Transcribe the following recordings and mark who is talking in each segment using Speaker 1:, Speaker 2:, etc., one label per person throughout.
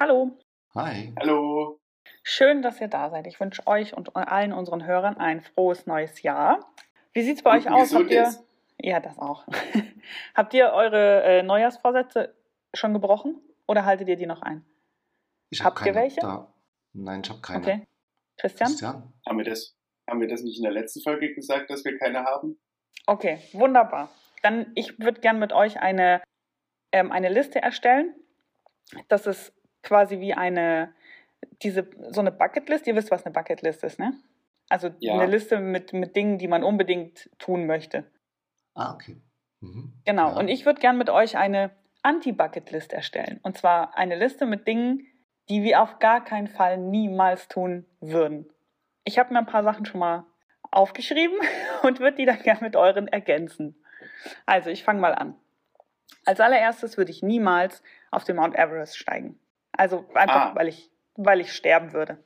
Speaker 1: Hallo.
Speaker 2: Hi.
Speaker 3: Hallo.
Speaker 1: Schön, dass ihr da seid. Ich wünsche euch und allen unseren Hörern ein frohes neues Jahr. Wie sieht's bei
Speaker 3: Und
Speaker 1: euch
Speaker 3: ein
Speaker 1: aus? Habt ihr,
Speaker 3: gesundes.
Speaker 1: ja, das auch. Habt ihr eure äh, Neujahrsvorsätze schon gebrochen oder haltet ihr die noch ein?
Speaker 2: Ich
Speaker 1: Habt ihr welche?
Speaker 2: Da. Nein, ich habe keine.
Speaker 1: Okay. Christian?
Speaker 2: Christian?
Speaker 3: Haben wir, das, haben wir das nicht in der letzten Folge gesagt, dass wir keine haben?
Speaker 1: Okay, wunderbar. Dann ich würde gern mit euch eine, ähm, eine Liste erstellen. Das ist quasi wie eine, diese, so eine Bucketlist. Ihr wisst, was eine Bucketlist ist, ne? Also
Speaker 3: Ja.
Speaker 1: eine Liste mit, mit Dingen, die man unbedingt tun möchte.
Speaker 2: Ah, okay. Mhm.
Speaker 1: Genau.
Speaker 2: Ja.
Speaker 1: Und ich würde gern mit euch eine Anti-Bucketlist erstellen. Und zwar eine Liste mit Dingen, die wir auf gar keinen Fall niemals tun würden. Ich habe mir ein paar Sachen schon mal aufgeschrieben und würde die dann gern mit euren ergänzen. Also, ich fange mal an. Als allererstes würde ich niemals auf den Mount Everest steigen. Also einfach,
Speaker 3: Ah.
Speaker 1: weil, ich, weil ich sterben würde.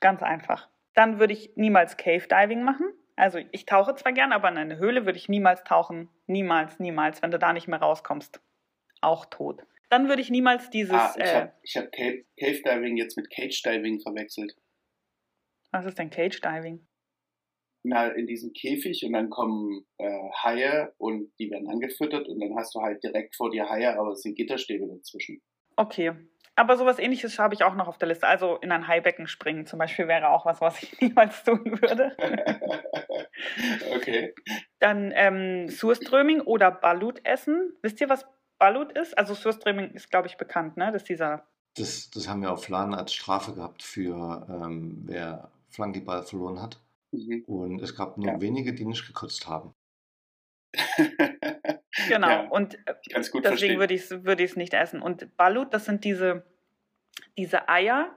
Speaker 1: Ganz einfach. Dann würde ich niemals Cave Diving machen. Also ich tauche zwar gern, aber in eine Höhle würde ich niemals tauchen. Niemals, niemals, wenn du da nicht mehr rauskommst. Auch tot. Dann würde ich niemals dieses,
Speaker 3: Ah, ich
Speaker 1: äh,
Speaker 3: habe hab Cave, Cave Diving jetzt mit Cage Diving verwechselt.
Speaker 1: was ist denn Cage Diving?
Speaker 3: Na, in diesem Käfig und dann kommen äh, Haie und die werden angefüttert und dann hast du halt direkt vor dir Haie, aber es sind Gitterstäbe dazwischen.
Speaker 1: Okay. Aber sowas ähnliches habe ich auch noch auf der Liste. Also in ein Haibecken springen zum Beispiel wäre auch was, was ich niemals tun würde.
Speaker 3: okay.
Speaker 1: Dann ähm, Surströming oder Balut essen. Wisst ihr, was Balut ist? Also Surströming ist, glaube ich, bekannt, ne? Das ist dieser.
Speaker 2: Das, das haben wir auf Lan als Strafe gehabt für, ähm, wer Flankyball verloren hat.
Speaker 3: Mhm.
Speaker 2: Und es gab nur
Speaker 3: Ja.
Speaker 2: wenige, die nicht gekotzt haben.
Speaker 1: Genau.
Speaker 3: Ja.
Speaker 1: Und äh,
Speaker 3: Ganz gut
Speaker 1: Deswegen
Speaker 3: verstehen.
Speaker 1: würde ich es würde ich's nicht essen. Und Balut, das sind diese, diese Eier,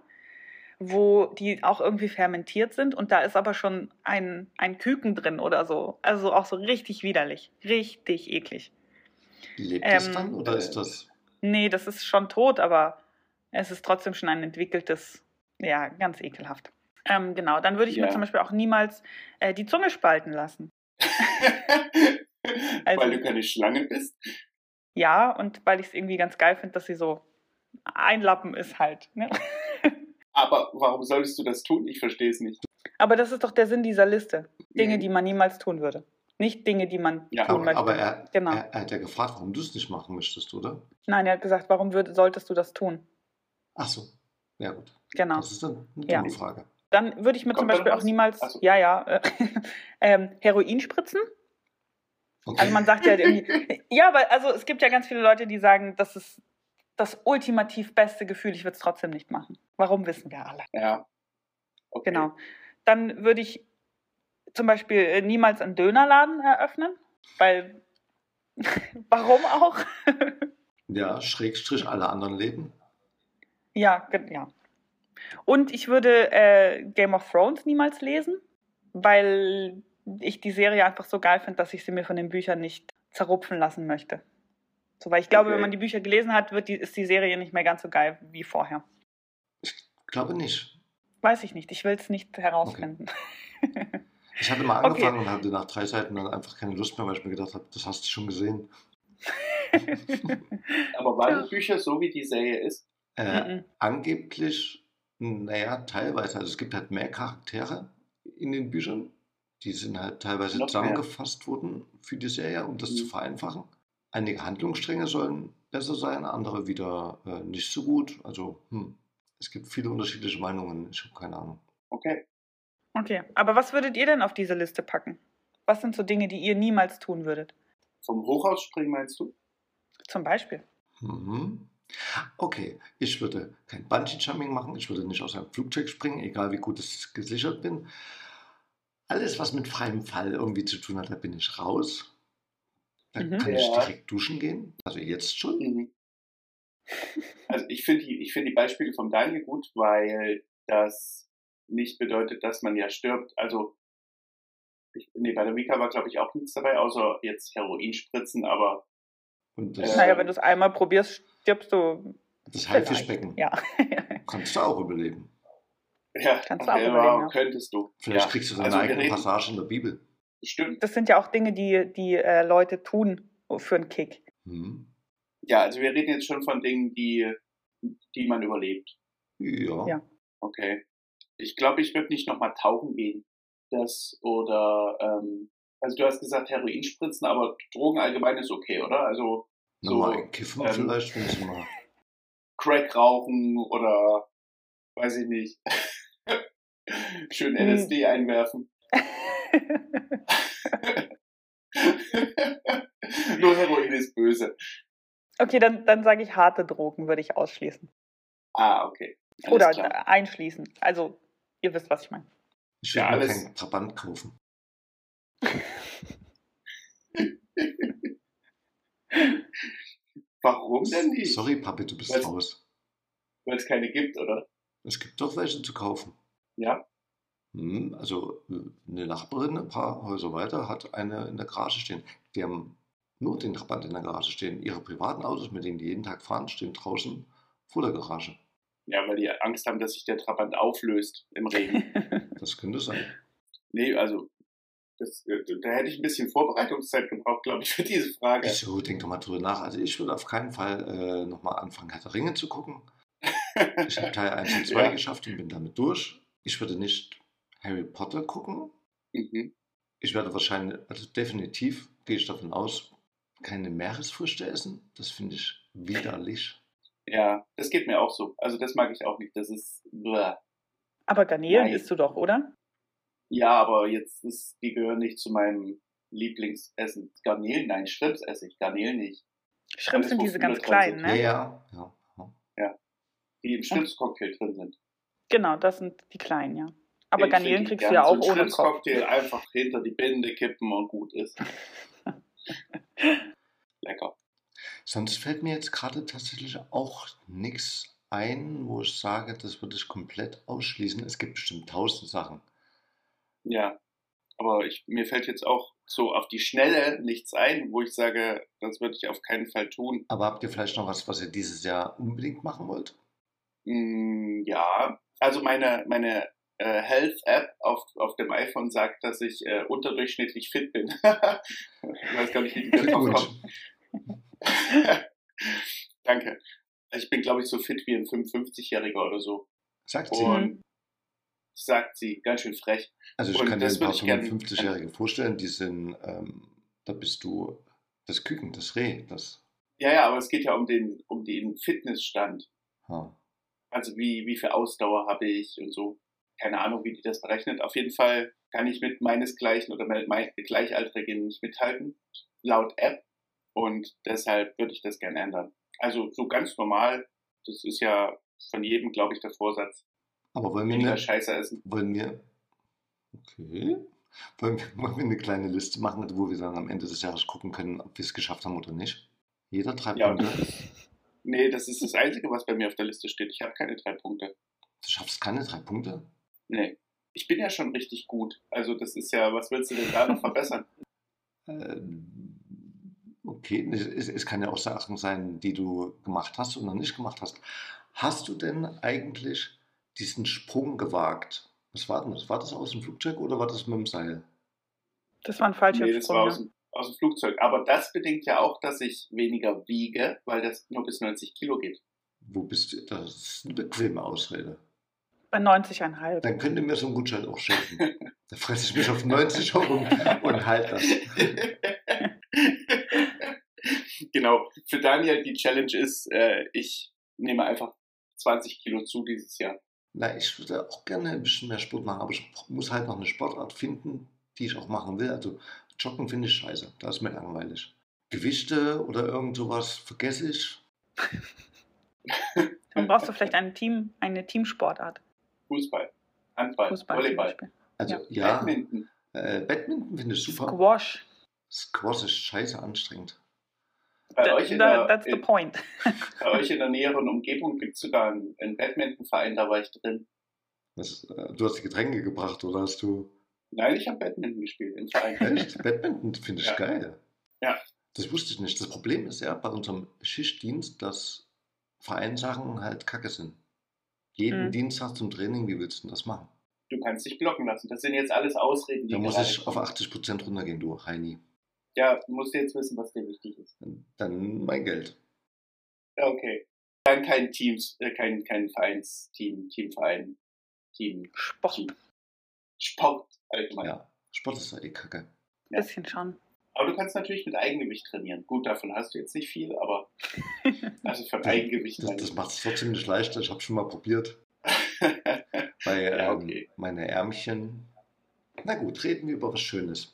Speaker 1: wo die auch irgendwie fermentiert sind und da ist aber schon ein, ein Küken drin oder so. Also auch so richtig widerlich. Richtig eklig.
Speaker 2: Lebt
Speaker 1: Ähm,
Speaker 2: das dann oder ist das?
Speaker 1: Nee, das ist schon tot, aber es ist trotzdem schon ein entwickeltes, ja, ganz ekelhaft. Ähm, genau, dann würde ich mir
Speaker 3: Ja.
Speaker 1: zum Beispiel auch niemals äh, die Zunge spalten lassen. Also-
Speaker 3: Weil du keine Schlange bist.
Speaker 1: Ja, und weil ich es irgendwie ganz geil finde, dass sie so ein Lappen ist halt. Ne?
Speaker 3: Aber warum solltest du das tun? Ich verstehe es nicht.
Speaker 1: Aber das ist doch der Sinn dieser Liste. Dinge,
Speaker 3: Mhm.
Speaker 1: die man niemals tun würde. Nicht Dinge, die man
Speaker 3: Ja.
Speaker 1: tun
Speaker 2: Aber,
Speaker 1: möchte.
Speaker 2: aber er,
Speaker 1: Genau.
Speaker 2: er, er hat ja gefragt, warum du es nicht machen möchtest, oder?
Speaker 1: Nein, er hat gesagt, warum würd, solltest du das tun?
Speaker 2: Ach so. Ja, gut.
Speaker 1: Genau.
Speaker 2: Das ist dann eine
Speaker 1: Ja.
Speaker 2: dumme Frage.
Speaker 1: Dann würde ich mir
Speaker 3: Kommt
Speaker 1: zum Beispiel
Speaker 3: dann
Speaker 1: auch
Speaker 3: was?
Speaker 1: niemals,
Speaker 2: Also-
Speaker 3: Ach so.
Speaker 1: ja, ja, äh, ähm, Heroin spritzen.
Speaker 2: Okay.
Speaker 1: Also man sagt ja irgendwie, ja, weil also es gibt ja ganz viele Leute, die sagen, das ist das ultimativ beste Gefühl, ich würde es trotzdem nicht machen. Warum wissen wir alle?
Speaker 3: Ja. Okay.
Speaker 1: Genau. Dann würde ich zum Beispiel äh, niemals einen Dönerladen eröffnen, weil warum auch?
Speaker 2: ja, Schrägstrich alle anderen Läden.
Speaker 1: Ja, gen- ja. Und ich würde äh, Game of Thrones niemals lesen, weil ich die Serie einfach so geil finde, dass ich sie mir von den Büchern nicht zerrupfen lassen möchte. So, weil ich glaube,
Speaker 3: Okay.
Speaker 1: wenn man die Bücher gelesen hat, wird die, ist die Serie nicht mehr ganz so geil wie vorher.
Speaker 2: Glaube nicht.
Speaker 1: Weiß ich nicht. Ich will es nicht herausfinden.
Speaker 2: Ich hatte mal
Speaker 1: Okay.
Speaker 2: angefangen und hatte nach drei Seiten dann einfach keine Lust mehr, weil ich mir gedacht habe, das hast du schon gesehen.
Speaker 3: Aber waren
Speaker 1: Ja.
Speaker 3: die Bücher so, wie die Serie ist?
Speaker 2: Äh,
Speaker 1: Mhm.
Speaker 2: angeblich, naja, teilweise. Also es gibt halt mehr Charaktere in den Büchern. Die sind halt teilweise
Speaker 3: Noch mehr.
Speaker 2: zusammengefasst worden für die Serie, um das
Speaker 3: Mhm.
Speaker 2: zu vereinfachen. Einige Handlungsstränge sollen besser sein, andere wieder äh, nicht so gut. Also hm, es gibt viele unterschiedliche Meinungen. Ich habe keine Ahnung.
Speaker 3: Okay.
Speaker 1: Okay. Aber was würdet ihr denn auf diese Liste packen? Was sind so Dinge, die ihr niemals tun würdet?
Speaker 3: Vom Hochhaus springen meinst du?
Speaker 1: Zum Beispiel.
Speaker 2: Mhm. Okay, ich würde kein Bungee-Jumping machen, ich würde nicht aus einem Flugzeug springen, egal wie gut ich gesichert bin. Alles, was mit freiem Fall irgendwie zu tun hat, da bin ich raus. Da
Speaker 1: Mhm.
Speaker 2: kann ich
Speaker 3: Ja.
Speaker 2: direkt duschen gehen. Also jetzt schon.
Speaker 3: Mhm. Also ich finde die, ich finde die Beispiele vom Daniel gut, weil das nicht bedeutet, dass man ja stirbt. Also ich, nee, bei der Mika war glaube ich auch nichts dabei, außer jetzt Heroin spritzen, aber
Speaker 2: Und
Speaker 3: Ja.
Speaker 2: das,
Speaker 1: Naja, wenn du es einmal probierst, stirbst du.
Speaker 2: das
Speaker 1: vielleicht.
Speaker 2: Haifischbecken
Speaker 1: Ja.
Speaker 2: kannst du auch überleben.
Speaker 3: ja,
Speaker 1: Kannst du auch
Speaker 3: ja,
Speaker 1: überlegen, ja.
Speaker 3: könntest du.
Speaker 2: Vielleicht
Speaker 3: ja.
Speaker 2: kriegst du deine
Speaker 3: Also wir
Speaker 2: eigene
Speaker 3: reden-
Speaker 2: Passage in der Bibel.
Speaker 3: Stimmt.
Speaker 1: das sind ja auch Dinge, die die äh, Leute tun für einen Kick.
Speaker 2: Hm.
Speaker 3: Ja, also wir reden jetzt schon von Dingen, die, die man überlebt.
Speaker 2: Ja.
Speaker 1: Ja.
Speaker 3: Okay. Ich glaube, ich würde nicht nochmal tauchen gehen. Das oder, ähm, also du hast gesagt Heroin spritzen, aber Drogen allgemein ist okay, oder? Also
Speaker 2: Nochmal
Speaker 3: So,
Speaker 2: ein Kiffen
Speaker 3: ähm,
Speaker 2: vielleicht, wenn sie mal.
Speaker 3: Crack rauchen oder weiß ich nicht. Schön
Speaker 1: Hm.
Speaker 3: LSD einwerfen. Nur Heroin ist böse.
Speaker 1: okay, dann, dann sage ich, harte Drogen würde ich ausschließen.
Speaker 3: Ah, okay. Alles
Speaker 1: Oder äh,
Speaker 3: klar.
Speaker 1: einschließen. Also, ihr wisst, was ich meine.
Speaker 2: Ich
Speaker 3: ja,
Speaker 2: würde mir
Speaker 3: alles-
Speaker 2: keinen Trabant kaufen.
Speaker 3: Warum denn nicht?
Speaker 2: Sorry, Papi, du bist
Speaker 3: Was?
Speaker 2: raus.
Speaker 3: Weil es keine gibt, oder?
Speaker 2: Es gibt doch welche zu kaufen.
Speaker 3: Ja.
Speaker 2: Hm, Also äh, eine Nachbarin, ein paar Häuser weiter, hat eine in der Garage stehen. Die haben nur den Trabant in der Garage stehen. Ihre privaten Autos, mit denen die jeden Tag fahren, stehen draußen vor der Garage.
Speaker 3: Ja, weil die Angst haben, dass sich der Trabant auflöst im Regen.
Speaker 2: Das könnte sein.
Speaker 3: Nee, also das, äh, da hätte ich ein bisschen Vorbereitungszeit gebraucht, glaube ich, für diese Frage.
Speaker 2: Wieso? Denk doch mal drüber nach. Also ich würde auf keinen Fall äh, nochmal anfangen, Herr der Ringe zu gucken. Ich habe Teil 1 und 2
Speaker 3: Ja.
Speaker 2: geschafft und bin damit durch. Ich würde nicht Harry Potter gucken.
Speaker 3: Mhm.
Speaker 2: Ich werde wahrscheinlich, also definitiv gehe ich davon aus, keine Meeresfrüchte essen. Das finde ich widerlich.
Speaker 3: Ja, das geht mir auch so. Also das mag ich auch nicht. Das ist. Bäh.
Speaker 1: Aber Garnelen
Speaker 3: Nein.
Speaker 1: isst du doch, oder?
Speaker 3: Ja, aber jetzt ist, die gehören nicht zu meinem Lieblingsessen. Garnelen, nein, Schrimps esse ich, Garnelen nicht.
Speaker 1: Shrimps
Speaker 3: Alles
Speaker 1: sind
Speaker 3: wo
Speaker 1: diese ganz
Speaker 3: 130.
Speaker 1: kleinen, ne?
Speaker 2: Ja, ja. ja.
Speaker 3: Die
Speaker 1: Hm.
Speaker 3: im Schrimps-Cocktail drin sind.
Speaker 1: Genau, das sind die kleinen, ja. Aber
Speaker 3: Ich
Speaker 1: Garnelen
Speaker 3: finde, die
Speaker 1: kriegst du ja
Speaker 3: gern
Speaker 1: auch
Speaker 3: so
Speaker 1: ohne
Speaker 3: einen
Speaker 1: Kopf.
Speaker 3: Schrimps-Cocktail einfach hinter die Binde kippen und gut ist. Lecker.
Speaker 2: Sonst fällt mir jetzt gerade tatsächlich auch nichts ein, wo ich sage, das würde ich komplett ausschließen. Es gibt bestimmt tausend Sachen.
Speaker 3: Ja. Aber ich, mir fällt jetzt auch so auf die Schnelle nichts ein, wo ich sage, das würde ich auf keinen Fall tun.
Speaker 2: Aber habt ihr vielleicht noch was, was ihr dieses Jahr unbedingt machen wollt?
Speaker 3: Mm, ja, also meine, meine äh, Health-App auf, auf dem iPhone sagt, dass ich äh, unterdurchschnittlich fit bin. ich weiß gar nicht, wie die da drauf kommt.
Speaker 2: Glückwunsch.
Speaker 3: Danke. Ich bin, glaube ich, so fit wie ein 55-Jähriger oder so.
Speaker 2: Sagt
Speaker 1: Mhm.
Speaker 2: sie.
Speaker 3: Und sagt sie, ganz schön frech.
Speaker 2: Also ich
Speaker 3: Und
Speaker 2: kann dir
Speaker 3: das
Speaker 2: ein paar
Speaker 3: würde ich gern-
Speaker 2: 55-Jährige vorstellen, die sind, ähm, da bist du das Küken, das Reh, das.
Speaker 3: Ja, ja, aber es geht ja um den, um den Fitnessstand.
Speaker 2: Ha.
Speaker 3: Also wie, wie viel Ausdauer habe ich und so. Keine Ahnung, wie die das berechnet. Auf jeden Fall kann ich mit meinesgleichen oder mit mein- mit Gleichaltrigen nicht mithalten, laut App. Und deshalb würde ich das gern ändern. Also so ganz normal, das ist ja von jedem, glaube ich, der Vorsatz.
Speaker 2: Aber wollen wir,
Speaker 3: Weniger
Speaker 2: eine,
Speaker 3: Scheiße essen.
Speaker 2: wollen wir, okay, wollen wir, wollen wir eine kleine Liste machen, wo wir dann am Ende des Jahres gucken können, ob wir es geschafft haben oder nicht? Jeder drei
Speaker 3: Ja.
Speaker 2: Punkte.
Speaker 3: Nee, das ist das Einzige, was bei mir auf der Liste steht. Ich habe keine drei Punkte.
Speaker 2: Du schaffst keine drei Punkte?
Speaker 3: Nee. Ich bin ja schon richtig gut. Also das ist ja, was willst du denn da noch verbessern?
Speaker 2: Ähm, Okay, es, es- es kann ja auch Sachen sein, die du gemacht hast oder nicht gemacht hast. Hast du denn eigentlich diesen Sprung gewagt? Was war denn das? War das aus dem Flugzeug oder war das mit dem Seil?
Speaker 1: Das war ein falscher
Speaker 3: Nee, das war aus
Speaker 1: Sprung.
Speaker 3: dem, aus dem Flugzeug. Aber das bedingt ja auch, dass ich weniger wiege, weil das nur bis 90 Kilo geht.
Speaker 2: Wo bist du? Das ist eine bequeme Ausrede.
Speaker 1: Bei 90,5.
Speaker 2: Dann könnt ihr mir so einen Gutschein auch schenken. Da fresse ich mich auf 90 herum und halt das.
Speaker 3: genau. Für Daniel die Challenge ist, äh, ich nehme einfach 20 Kilo zu dieses Jahr.
Speaker 2: Na, ich würde auch gerne ein bisschen mehr Sport machen, aber ich muss halt noch eine Sportart finden, die ich auch machen will. Also Joggen finde ich scheiße, da ist mir langweilig. Gewichte oder irgend sowas vergesse ich.
Speaker 1: Dann brauchst du vielleicht ein Team, eine Teamsportart.
Speaker 3: Fußball, Handball,
Speaker 1: Fußball zum
Speaker 3: Volleyball,
Speaker 1: Beispiel.
Speaker 2: Also ja,
Speaker 3: Badminton.
Speaker 2: äh, Badminton finde ich super.
Speaker 1: Squash.
Speaker 2: Squash ist scheiße anstrengend.
Speaker 3: Bei
Speaker 1: That-
Speaker 3: euch in
Speaker 1: that-
Speaker 3: der,
Speaker 1: that's the
Speaker 3: in,
Speaker 1: point.
Speaker 3: Bei euch in der näheren Umgebung gibt es sogar einen, einen Badminton-Verein, da war ich drin.
Speaker 2: Was, äh, du hast die Getränke gebracht oder hast du...
Speaker 3: Nein, ich habe Badminton gespielt im Verein.
Speaker 2: Echt? Badminton finde ich
Speaker 3: Ja.
Speaker 2: geil.
Speaker 3: Ja.
Speaker 2: Das wusste ich nicht. Das Problem ist ja bei unserem Schichtdienst, dass Vereinsachen halt kacke sind. Jeden
Speaker 1: Mhm.
Speaker 2: Dienstag zum Training, wie willst du denn das machen?
Speaker 3: Du kannst dich blocken lassen. Das sind jetzt alles Ausreden, die
Speaker 2: Da muss
Speaker 3: gerade
Speaker 2: ich auf
Speaker 3: kommen.
Speaker 2: 80% runtergehen, du Heini.
Speaker 3: Ja, du musst jetzt wissen, was dir wichtig ist.
Speaker 2: Dann mein Geld.
Speaker 3: Ja, Okay. Nein, kein Teams, äh, kein, kein Vereins, Team, Teamverein, Team,
Speaker 1: Sport.
Speaker 3: Sport allgemein.
Speaker 2: Ja, Sport ist halt die Kacke.
Speaker 3: Ja.
Speaker 1: Bisschen schon.
Speaker 3: Aber du kannst natürlich mit Eigengewicht trainieren. Gut, davon hast du jetzt nicht viel, aber also von Eigengewicht.
Speaker 2: Das, das macht es trotzdem nicht leichter. Ich habe schon mal probiert. Weil
Speaker 3: Ja,
Speaker 2: ähm,
Speaker 3: okay.
Speaker 2: meine Ärmchen. Na gut, reden wir über was Schönes.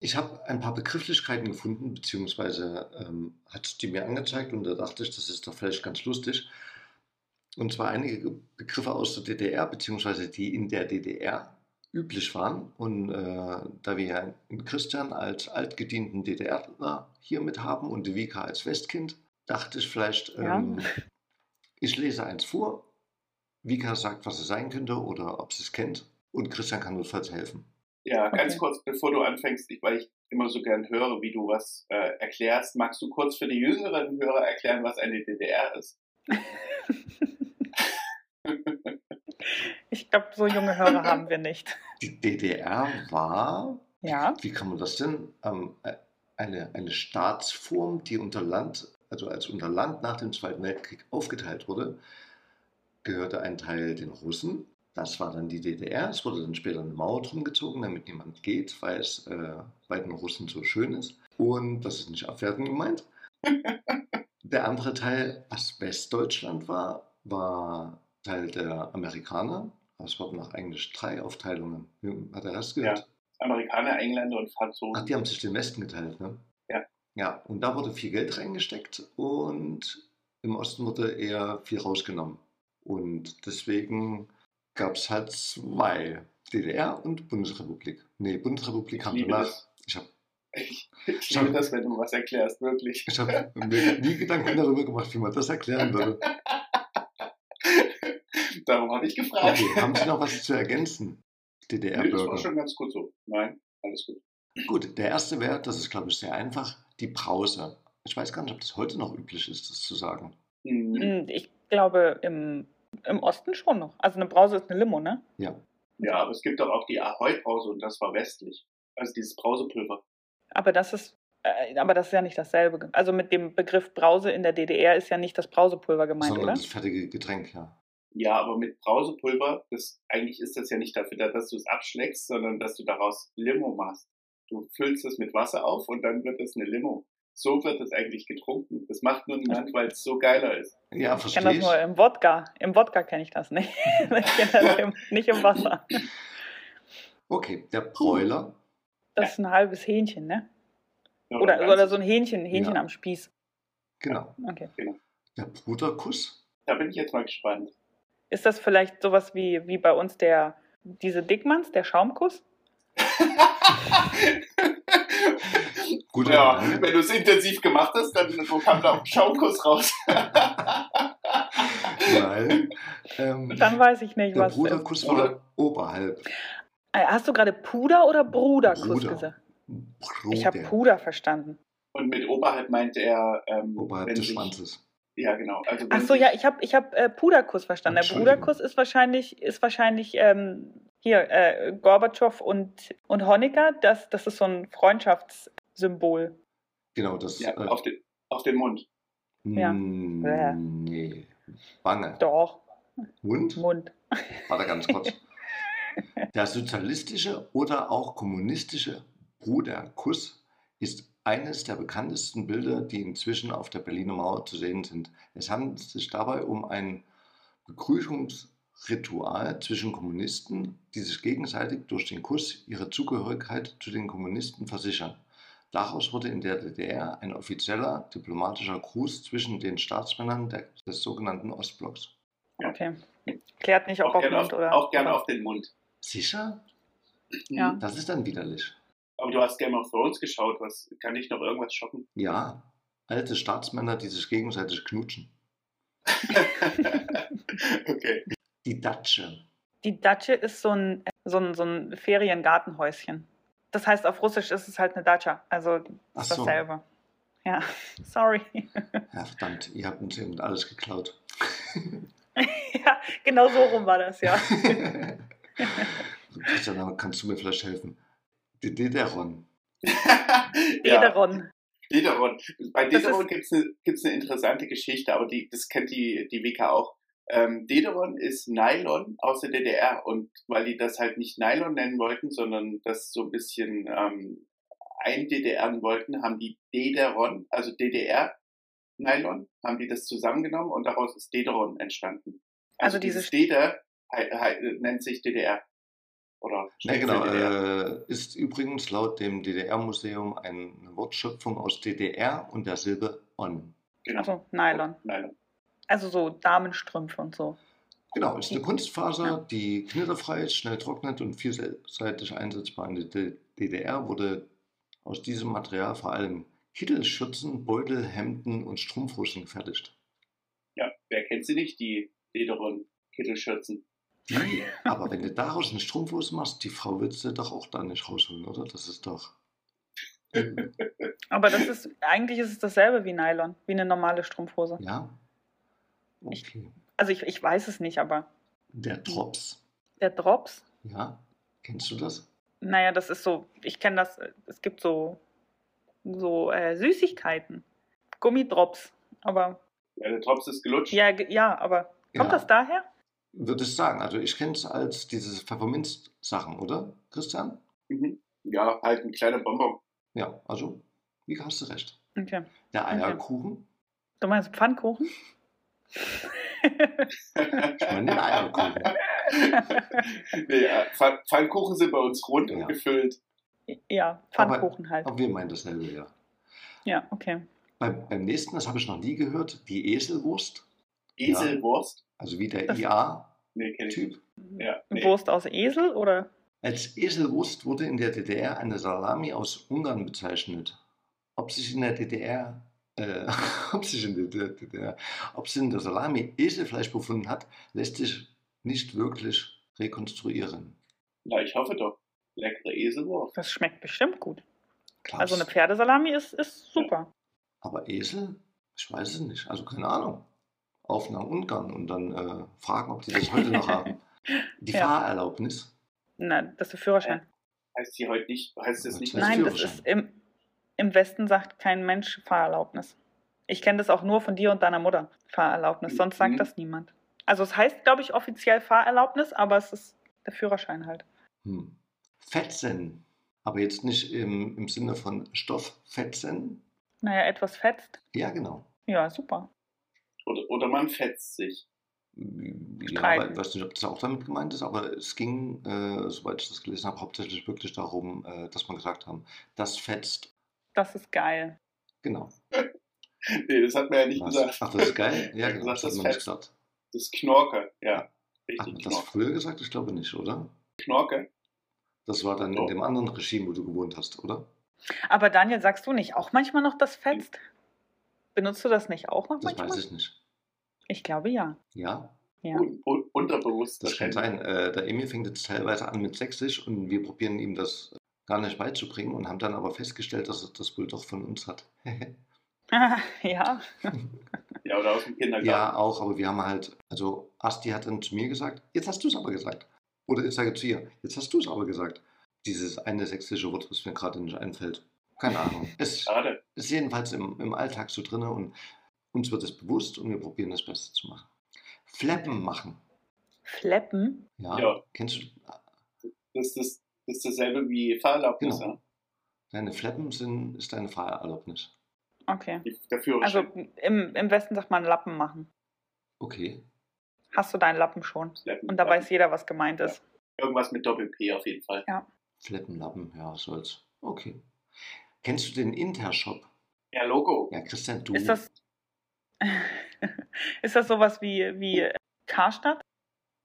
Speaker 2: Ich habe ein paar Begrifflichkeiten gefunden, beziehungsweise ähm, hat die mir angezeigt und da dachte ich, das ist doch vielleicht ganz lustig. Und zwar einige Begriffe aus der DDR, beziehungsweise die in der DDR üblich waren. Und äh, da wir ja einen Christian als altgedienten DDRler hier mit haben und die Vika als Westkind, dachte ich vielleicht,
Speaker 1: Ja.
Speaker 2: ähm, ich lese eins vor. Vika sagt, was es sein könnte oder ob sie es kennt. Und Christian kann notfalls helfen.
Speaker 3: ja, ganz
Speaker 1: Okay.
Speaker 3: kurz, bevor du anfängst, ich, weil ich immer so gern höre, wie du was äh, erklärst, magst du kurz für die jüngeren Hörer erklären, was eine DDR ist?
Speaker 1: Ich glaube, so junge Hörer haben wir nicht.
Speaker 2: Die DDR war
Speaker 1: Ja,
Speaker 2: Wie kann man das denn? Ähm, eine, eine Staatsform, die unter Land, also als unter Land nach dem Zweiten Weltkrieg aufgeteilt wurde, gehörte ein Teil den Russen. Das war dann die DDR. Es wurde dann später eine Mauer drum gezogen, damit niemand geht, weil es äh, bei den Russen so schön ist. Und das ist nicht abwertend gemeint. Der andere Teil, was Westdeutschland war, war Teil der Amerikaner. Es war nach eigentlich drei Aufteilungen. Hm, Hat er das gehört?
Speaker 3: Ja. Amerikaner, Engländer und Franzosen.
Speaker 2: Ach, die haben sich den Westen geteilt, ne?
Speaker 3: Ja.
Speaker 2: Ja, und da wurde viel Geld reingesteckt und im Osten wurde eher viel rausgenommen. Und deswegen gab es halt zwei, DDR und Bundesrepublik. Nee, Bundesrepublik
Speaker 3: Ich
Speaker 2: kam
Speaker 3: liebe
Speaker 2: danach.
Speaker 3: das.
Speaker 2: Ich habe
Speaker 3: Ich, ich liebe das, wenn du was erklärst, wirklich.
Speaker 2: ich hab mir nie Gedanken darüber gemacht, wie man das erklären würde.
Speaker 3: Darum habe ich gefragt.
Speaker 2: Okay, haben Sie noch was zu ergänzen?
Speaker 3: Nee, das war
Speaker 2: DDR-Bürger.
Speaker 3: schon ganz gut so. Nein, alles gut.
Speaker 2: Gut, der erste wäre, das ist glaube ich sehr einfach, die Brause. Ich weiß gar nicht, ob das heute noch üblich ist, das zu sagen.
Speaker 3: Mhm.
Speaker 1: Hm, ich glaube im, im Osten schon noch. Also eine Brause ist eine Limo, ne?
Speaker 2: Ja,
Speaker 3: Ja, aber es gibt doch auch die Ahoi-Brause und das war westlich. Also dieses Brausepulver.
Speaker 1: Aber das ist, äh, aber das ist ja nicht dasselbe. Also mit dem Begriff Brause in der DDR ist ja nicht das Brausepulver gemeint,
Speaker 2: sondern
Speaker 1: oder?
Speaker 2: das fertige Getränk, ja.
Speaker 3: Ja, aber mit Brausepulver, das, eigentlich ist das ja nicht dafür da, dass du es abschlägst, sondern dass du daraus Limo machst. Du füllst es mit Wasser auf und dann wird es eine Limo. So wird es eigentlich getrunken. Das macht nur niemand, weil es so geiler ist.
Speaker 2: Ja,
Speaker 1: Ich kenne
Speaker 2: verstehe
Speaker 1: das nur
Speaker 2: ich.
Speaker 1: im Wodka. Im Wodka kenne ich das nicht. ich kenne das im, nicht im Wasser.
Speaker 2: Okay, der Broiler.
Speaker 1: Das ist ein halbes Hähnchen, ne?
Speaker 3: Ja,
Speaker 1: Oder,
Speaker 3: ganz-
Speaker 1: oder so ein Hähnchen, Hähnchen
Speaker 2: Ja.
Speaker 1: am Spieß.
Speaker 2: Genau.
Speaker 1: Okay.
Speaker 2: Der Bruderkuss.
Speaker 3: Da bin ich jetzt mal gespannt.
Speaker 1: Ist das vielleicht sowas wie, wie bei uns der, diese Dickmanns, der Schaumkuss?
Speaker 2: Guter
Speaker 3: ja,
Speaker 2: Gedanke.
Speaker 3: wenn du es intensiv gemacht hast, dann kam da auch ein Schaumkuss raus.
Speaker 2: Nein. Ähm,
Speaker 1: Dann weiß ich nicht,
Speaker 2: der
Speaker 1: was. Äh,
Speaker 2: Bruderkuss war oberhalb.
Speaker 1: hast du gerade Puder oder Bruderkuss
Speaker 2: Bruder.
Speaker 1: gesagt?
Speaker 2: Bruder.
Speaker 1: Ich habe Puder verstanden.
Speaker 3: Und mit oberhalb meint er, ähm,
Speaker 2: Oberhalb
Speaker 3: wenn
Speaker 2: des
Speaker 3: sich-
Speaker 2: Schwanzes.
Speaker 3: Ja, genau. Also wenn
Speaker 1: Ach so,
Speaker 3: sich-
Speaker 1: ja, ich habe ich hab, äh, Puderkuss verstanden. Der
Speaker 2: Entschuldigung.
Speaker 1: Bruderkuss ist wahrscheinlich, ist wahrscheinlich ähm, hier äh, Gorbatschow und, und Honecker. Das, das ist so ein Freundschaftssymbol.
Speaker 2: Genau, das.
Speaker 3: Ja,
Speaker 2: äh,
Speaker 3: auf, den, auf den Mund.
Speaker 1: ja.
Speaker 2: mm,
Speaker 1: Bäh.
Speaker 2: Nee. Wange.
Speaker 1: Doch,
Speaker 2: Mund?
Speaker 1: Mund.
Speaker 2: Warte ganz kurz. Der sozialistische oder auch kommunistische Bruderkuss ist eines der bekanntesten Bilder, die inzwischen auf der Berliner Mauer zu sehen sind. Es handelt sich dabei um ein Begrüßungsritual zwischen Kommunisten, die sich gegenseitig durch den Kuss ihre Zugehörigkeit zu den Kommunisten versichern. Daraus wurde in der DDR ein offizieller diplomatischer Gruß zwischen den Staatsmännern der, des sogenannten Ostblocks.
Speaker 3: Ja.
Speaker 1: Okay. Klärt nicht, ob
Speaker 3: Auch
Speaker 1: auf
Speaker 3: gerne auf,
Speaker 1: Mund oder.
Speaker 3: auch gerne auf den Mund.
Speaker 2: Sicher?
Speaker 1: Ja.
Speaker 3: Mhm.
Speaker 2: Das ist dann widerlich.
Speaker 3: Aber du hast Game of Thrones geschaut, was kann dich noch irgendwas schocken?
Speaker 2: Ja, alte Staatsmänner, die sich gegenseitig knutschen.
Speaker 3: okay.
Speaker 2: Die Datsche.
Speaker 1: Die Datsche ist so ein, so ein, so ein Feriengartenhäuschen. Das heißt, auf Russisch ist es halt eine Datscha. Also
Speaker 2: Ach
Speaker 1: ist
Speaker 2: so, ja,
Speaker 1: dasselbe. Ja, sorry.
Speaker 2: verdammt, ihr habt uns eben alles geklaut.
Speaker 1: ja, genau so rum war das, ja.
Speaker 2: Christian, aber kannst du mir vielleicht helfen? Die Dederon.
Speaker 3: ja,
Speaker 1: Ederon.
Speaker 3: Lederon. Bei
Speaker 1: Das ist-
Speaker 3: Lederon gibt's eine gibt's eine interessante Geschichte, aber die, das kennt die, die Wika auch. Ähm, Dederon ist Nylon aus der DDR und weil die das halt nicht Nylon nennen wollten, sondern das so ein bisschen ähm, ein-DDRen wollten, haben die Dederon, also DDR Nylon, haben die das zusammengenommen und daraus ist Dederon entstanden. Also,
Speaker 1: Also diese-
Speaker 3: dieses Deder hei- hei- nennt sich DDR. Oder
Speaker 2: Ja,
Speaker 3: steht für
Speaker 2: genau.
Speaker 3: DDR.
Speaker 2: Äh, ist übrigens laut dem DDR-Museum eine Wortschöpfung aus DDR und der Silbe on.
Speaker 3: genau.
Speaker 1: Also Nylon.
Speaker 3: Nylon.
Speaker 1: Also so Damenstrümpfe und so.
Speaker 2: Genau, ist eine
Speaker 1: Ja.
Speaker 2: Kunstfaser, die knitterfrei ist, schnell trocknet und vielseitig einsetzbar in der D- DDR. Wurde aus diesem Material vor allem Kittel, Schürzen, Beutel, Hemden und Strumpfhosen gefertigt.
Speaker 3: Ja, wer kennt sie nicht, die Lederon Kittelschürzen?
Speaker 2: Die, aber wenn du daraus eine Strumpfhose machst, die Frau willst du doch auch da nicht rausholen, oder? Das ist doch.
Speaker 1: Aber das ist, eigentlich ist es dasselbe wie Nylon, wie eine normale Strumpfhose.
Speaker 2: Ja. Okay.
Speaker 1: Also ich, ich weiß es nicht, aber
Speaker 2: Der Drops.
Speaker 1: der Drops,
Speaker 2: Ja. Kennst du das?
Speaker 1: naja, das ist so, ich kenne das, äh, es gibt so, so äh, Süßigkeiten, Gummidrops. Aber,
Speaker 3: Ja, der Drops ist gelutscht.
Speaker 1: ja, ge- ja, aber kommt
Speaker 2: Ja.
Speaker 1: das daher?
Speaker 2: Würde ich sagen. Also ich kenne es als diese Pfefferminz-Sachen, oder, Christian?
Speaker 3: Mhm. Ja, halt ein kleiner Bonbon.
Speaker 2: Ja, also, wie hast du recht.
Speaker 1: Okay.
Speaker 2: Der Eierkuchen.
Speaker 1: Du meinst Pfannkuchen?
Speaker 2: Ich meine den Eierkuchen.
Speaker 3: nee, ja, Pfann- Pfannkuchen sind bei uns rund und
Speaker 2: Ja.
Speaker 3: gefüllt.
Speaker 1: Ja, Pfannkuchen halt.
Speaker 2: Aber wir meinen dasselbe, ja.
Speaker 1: Ja, okay.
Speaker 2: Beim, beim nächsten, das habe ich noch nie gehört, die Eselwurst.
Speaker 3: Eselwurst?
Speaker 2: Also wie der
Speaker 1: Das-
Speaker 2: IA-Typ.
Speaker 3: Nee, kenn ich nicht. Ja, nee.
Speaker 1: Wurst aus Esel oder?
Speaker 2: Als Eselwurst wurde in der DDR eine Salami aus Ungarn bezeichnet. Ob sich in der DDR, äh, ob sich in der DDR, ob sich in der Salami Eselfleisch befunden hat, lässt sich nicht wirklich rekonstruieren.
Speaker 3: Na, ich hoffe doch. Leckere Eselwurst.
Speaker 1: Das schmeckt bestimmt gut.
Speaker 2: Glaubst
Speaker 1: Also eine Pferdesalami ist, ist super.
Speaker 2: Aber Esel? Ich weiß es nicht. Also keine Ahnung. Auf nach Ungarn und dann äh, fragen, ob die das heute noch haben. Die
Speaker 1: Ja.
Speaker 2: Fahrerlaubnis.
Speaker 1: Na, das ist der Führerschein.
Speaker 3: Heißt sie heute nicht, heißt es nicht
Speaker 2: Das
Speaker 1: Nein, das
Speaker 2: Führerschein.
Speaker 1: ist im, im Westen sagt kein Mensch Fahrerlaubnis. Ich kenne das auch nur von dir und deiner Mutter, Fahrerlaubnis. Sonst
Speaker 3: Mhm.
Speaker 1: sagt das niemand. Also es heißt, glaube ich, offiziell Fahrerlaubnis, aber es ist der Führerschein halt.
Speaker 2: Hm. Fetzen. Aber jetzt nicht im, im Sinne von Stofffetzen.
Speaker 1: Naja, etwas fetzt.
Speaker 2: Ja, genau.
Speaker 1: Ja, super.
Speaker 3: oder, oder man fetzt sich.
Speaker 2: Ja,
Speaker 1: Streiten.
Speaker 2: aber ich weiß nicht, ob das auch damit gemeint ist, aber es ging, äh, soweit ich das gelesen habe, hauptsächlich wirklich darum, äh, dass man gesagt haben, das fetzt.
Speaker 1: Das ist geil.
Speaker 2: Genau.
Speaker 3: Nee, das hat man ja nicht
Speaker 2: Was?
Speaker 3: gesagt.
Speaker 2: Ach, das ist geil. Ja, genau.
Speaker 3: gesagt,
Speaker 2: Das hat
Speaker 3: das
Speaker 2: man nicht
Speaker 3: fetzt.
Speaker 2: gesagt.
Speaker 3: Das Knorke, ja.
Speaker 2: Hat man
Speaker 3: Richtig, genau.
Speaker 2: das
Speaker 3: Knorke.
Speaker 2: früher gesagt? Ich glaube nicht, oder?
Speaker 3: Knorke?
Speaker 2: Das war dann in
Speaker 3: Doch.
Speaker 2: dem anderen Regime, wo du gewohnt hast, oder?
Speaker 1: Aber Daniel, sagst du nicht auch manchmal noch das fetzt? Benutzt du das nicht auch noch
Speaker 2: Das
Speaker 1: manchmal?
Speaker 2: weiß
Speaker 1: ich.
Speaker 2: ich nicht.
Speaker 1: glaube ja.
Speaker 2: Ja,
Speaker 1: ja.
Speaker 3: Un un unterbewusst.
Speaker 2: das kann sein. Äh, der Emil fängt jetzt teilweise an mit Sächsisch und wir probieren ihm das gar nicht beizubringen und haben dann aber festgestellt, dass er das wohl doch von uns hat.
Speaker 1: ja.
Speaker 3: Ja, oder aus dem Kindergarten.
Speaker 2: ja, auch, aber wir haben halt, also Asti hat dann zu mir gesagt, jetzt hast du es aber gesagt. Oder ich sage zu ihr, jetzt hast du es aber gesagt. Dieses eine sächsische Wort, was mir gerade nicht einfällt. Keine Ahnung. Es
Speaker 3: Schade.
Speaker 2: ist jedenfalls im, im Alltag so drin und uns wird es bewusst und wir probieren das Beste zu machen. Flappen machen.
Speaker 1: Fleppen?
Speaker 2: Ja,
Speaker 3: Ja.
Speaker 2: kennst du?
Speaker 3: Das, das, das ist dasselbe wie Fahrerlaubnis. ne?
Speaker 2: Genau. Deine Flappen sind, ist deine Fahrerlaubnis.
Speaker 1: Okay.
Speaker 3: Ja? Dafür
Speaker 1: Also im, im Westen sagt man Lappen machen.
Speaker 2: Okay.
Speaker 1: Hast du deinen Lappen schon? Und da weiß jeder, was gemeint ist.
Speaker 3: Irgendwas mit Doppel-P auf jeden Fall.
Speaker 2: Flappenlappen, ja, soll's. Okay. Kennst du den Intershop?
Speaker 3: Ja, Logo.
Speaker 2: Ja, Christian, du.
Speaker 1: Ist das, ist das sowas wie, wie Karstadt,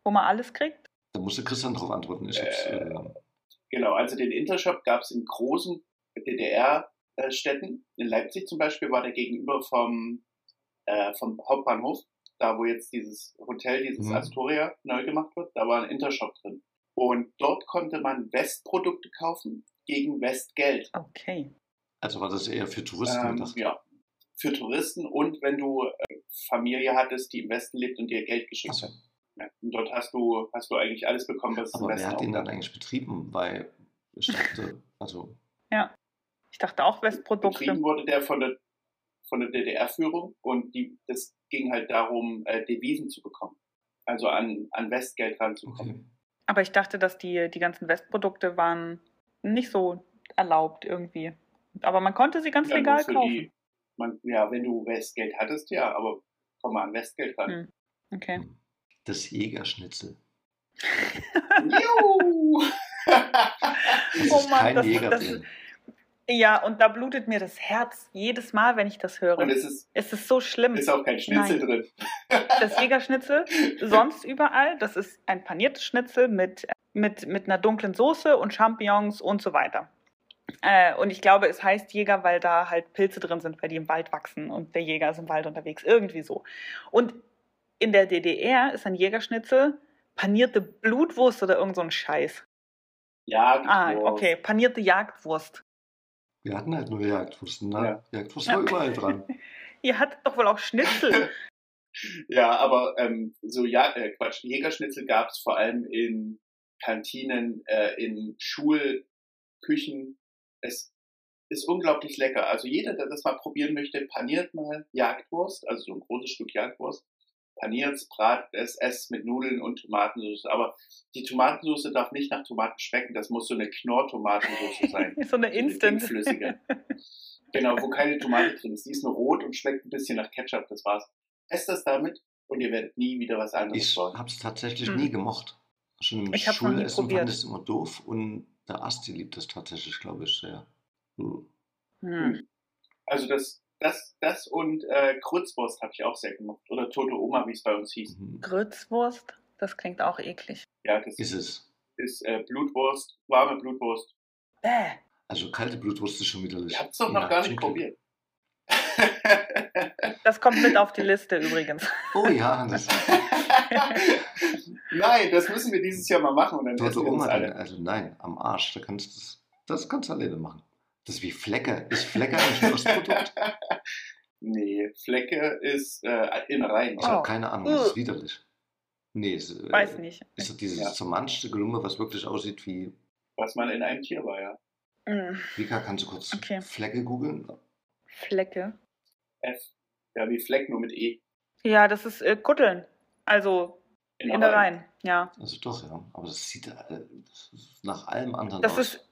Speaker 1: wo man alles kriegt?
Speaker 2: Da musste Christian drauf antworten. Ich hab's,
Speaker 3: Äh,
Speaker 2: äh,
Speaker 3: Genau, also den Intershop gab es in großen DDR-Städten. In Leipzig zum Beispiel war der gegenüber vom, äh, vom Hauptbahnhof, da wo jetzt dieses Hotel, dieses
Speaker 2: Mhm.
Speaker 3: Astoria neu gemacht wird, da war ein Intershop drin. Und dort konnte man Westprodukte kaufen gegen Westgeld.
Speaker 1: Okay.
Speaker 2: also war das eher für Touristen
Speaker 3: Ähm,
Speaker 2: gedacht.
Speaker 3: ja, für Touristen und wenn du äh, Familie hattest, die im Westen lebt und dir Geld geschickt
Speaker 2: Achso.
Speaker 3: hat. Ja, und dort hast du, hast du eigentlich alles bekommen, was es im
Speaker 2: Aber wer
Speaker 3: Westen
Speaker 2: hat
Speaker 3: auch
Speaker 2: den
Speaker 3: gab.
Speaker 2: dann eigentlich betrieben? Weil ich dachte, also
Speaker 1: Ja. Ich dachte auch Westprodukte.
Speaker 3: Betrieben wurde der von der, von der DDR-Führung und die, das ging halt darum, äh, Devisen zu bekommen. Also an, an Westgeld ranzukommen.
Speaker 2: Okay.
Speaker 1: Aber ich dachte, dass die, die ganzen Westprodukte waren nicht so erlaubt irgendwie. Aber man konnte sie ganz
Speaker 3: Ja, nur
Speaker 1: Mhm. legal
Speaker 3: für
Speaker 1: kaufen.
Speaker 3: die- man, ja, wenn du Westgeld hattest, ja, aber komm mal an Westgeld ran.
Speaker 1: Hm. Okay.
Speaker 2: Das Jägerschnitzel.
Speaker 1: Mhm.
Speaker 3: Juhu!
Speaker 2: Das
Speaker 1: Oh
Speaker 2: ist
Speaker 1: Mann,
Speaker 2: kein
Speaker 1: das-
Speaker 2: Jägerbier.
Speaker 1: Ja, und da blutet mir das Herz jedes Mal, wenn ich das höre.
Speaker 3: Und es ist,
Speaker 1: es ist so schlimm.
Speaker 3: ist auch kein Schnitzel
Speaker 1: Nein.
Speaker 3: drin.
Speaker 1: das Jägerschnitzel sonst überall. Das ist ein paniertes Schnitzel mit, mit, mit einer dunklen Soße und Champignons und so weiter. Äh, und ich glaube, es heißt Jäger, weil da halt Pilze drin sind, weil die im Wald wachsen und der Jäger ist im Wald unterwegs. Irgendwie so. Und in der DDR ist ein Jägerschnitzel panierte Blutwurst oder irgend so ein Scheiß.
Speaker 3: Ja,
Speaker 1: Ah,
Speaker 3: genau.
Speaker 1: okay, panierte Jagdwurst.
Speaker 2: Wir hatten halt nur Jagdwurst. Ne?
Speaker 3: Ja.
Speaker 2: Jagdwurst war überall dran.
Speaker 1: Ihr hattet doch wohl auch Schnitzel.
Speaker 3: Ja, aber ähm, so ja, äh, Quatsch, Jägerschnitzel gab's vor allem in Kantinen, äh, in Schulküchen. Es ist unglaublich lecker. Also jeder, der das mal probieren möchte, paniert mal Jagdwurst, also so ein großes Stück Jagdwurst. Paniert's, brat es, es mit Nudeln und Tomatensauce. Aber die Tomatensauce darf nicht nach Tomaten schmecken. Das muss so eine Knorr-Tomatensauce sein.
Speaker 1: so eine
Speaker 3: So eine
Speaker 1: Instant.
Speaker 3: dickflüssige. genau, wo keine Tomate drin ist. Die ist nur rot und schmeckt ein bisschen nach Ketchup. Das war's. Esst das damit und ihr werdet nie wieder was anderes
Speaker 2: Ich
Speaker 3: wollen.
Speaker 2: habe es tatsächlich
Speaker 1: Hm.
Speaker 2: nie gemocht. Schon im
Speaker 1: Ich hab's noch nie
Speaker 2: Schulessen
Speaker 1: probiert.
Speaker 2: fand ich es immer doof und der Asti liebt das tatsächlich, glaube ich, sehr. Hm.
Speaker 1: Hm.
Speaker 3: Also das, das, das und äh, Kreuzwurst habe ich auch sehr gemacht. Oder Tote Oma, wie es bei uns hieß.
Speaker 2: Mhm.
Speaker 1: Grützwurst, das klingt auch eklig.
Speaker 3: Ja, das
Speaker 2: Ist
Speaker 3: ist,
Speaker 2: es.
Speaker 3: äh, Blutwurst, warme Blutwurst.
Speaker 1: Bäh.
Speaker 2: Also kalte Blutwurst ist schon widerlich.
Speaker 3: Ihr habt es doch noch
Speaker 2: Ja,
Speaker 3: gar
Speaker 2: zum
Speaker 3: nicht
Speaker 2: Glück.
Speaker 3: probiert.
Speaker 1: Das kommt mit auf die Liste übrigens.
Speaker 2: Oh ja, das
Speaker 3: Nein, das müssen wir dieses Jahr mal machen und dann
Speaker 2: tote
Speaker 3: essen wir
Speaker 2: Oma.
Speaker 3: uns
Speaker 2: Dann,
Speaker 3: alle.
Speaker 2: also nein, am Arsch. Da kannst du das, das kannst du alleine machen. Das ist wie Flecker. Ist Flecker ein Schlussprodukt?
Speaker 3: Nee, Flecke ist äh, Innereien.
Speaker 2: Ich habe
Speaker 1: Oh.
Speaker 2: keine Ahnung. Das
Speaker 1: Ugh.
Speaker 2: ist widerlich. Nee, es, äh,
Speaker 1: Weiß nicht.
Speaker 2: ist doch dieses
Speaker 3: Ja.
Speaker 2: zermanschte Gelumpe, was wirklich aussieht wie.
Speaker 3: Was man in einem Tier war, ja.
Speaker 1: Mm,
Speaker 2: Vika, kannst du kurz
Speaker 1: Okay.
Speaker 2: Flecke googeln?
Speaker 1: Flecke.
Speaker 3: F. Ja, wie Fleck, nur mit E.
Speaker 1: Ja, das ist äh, Kutteln. Also
Speaker 2: Ah.
Speaker 1: Innereien. Ja.
Speaker 2: Also doch, ja. Aber das sieht äh, das ist nach allem anderen
Speaker 1: Das
Speaker 2: aus.
Speaker 1: ist.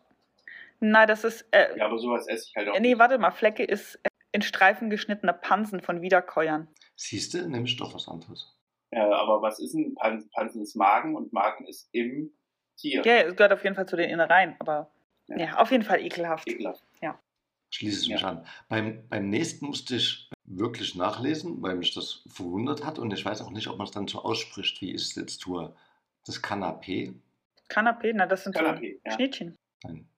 Speaker 1: Nein, das ist. Äh,
Speaker 3: Ja, aber sowas esse ich halt auch.
Speaker 1: Nee, warte mal. Flecke ist äh, in Streifen geschnittene Pansen von Wiederkäuern.
Speaker 2: Siehst du, nämlich doch was anderes.
Speaker 3: Äh, aber was ist ein Pansen? Pansen ist Magen und Magen ist im Tier.
Speaker 1: Ja, es gehört auf jeden Fall zu den Innereien, aber.
Speaker 3: Ja.
Speaker 1: Ja, auf jeden Fall ekelhaft.
Speaker 2: E-
Speaker 3: Ekelhaft.
Speaker 2: Schließe ich mich
Speaker 3: Ja.
Speaker 2: an. Beim, beim nächsten musste ich wirklich nachlesen, weil mich das verwundert hat und ich weiß auch nicht, ob man es dann so ausspricht, wie ich es jetzt tue. Das Kanapé.
Speaker 1: Kanapé, na, das sind so
Speaker 3: Kanapé, ja.
Speaker 1: Schnittchen.
Speaker 2: Nein.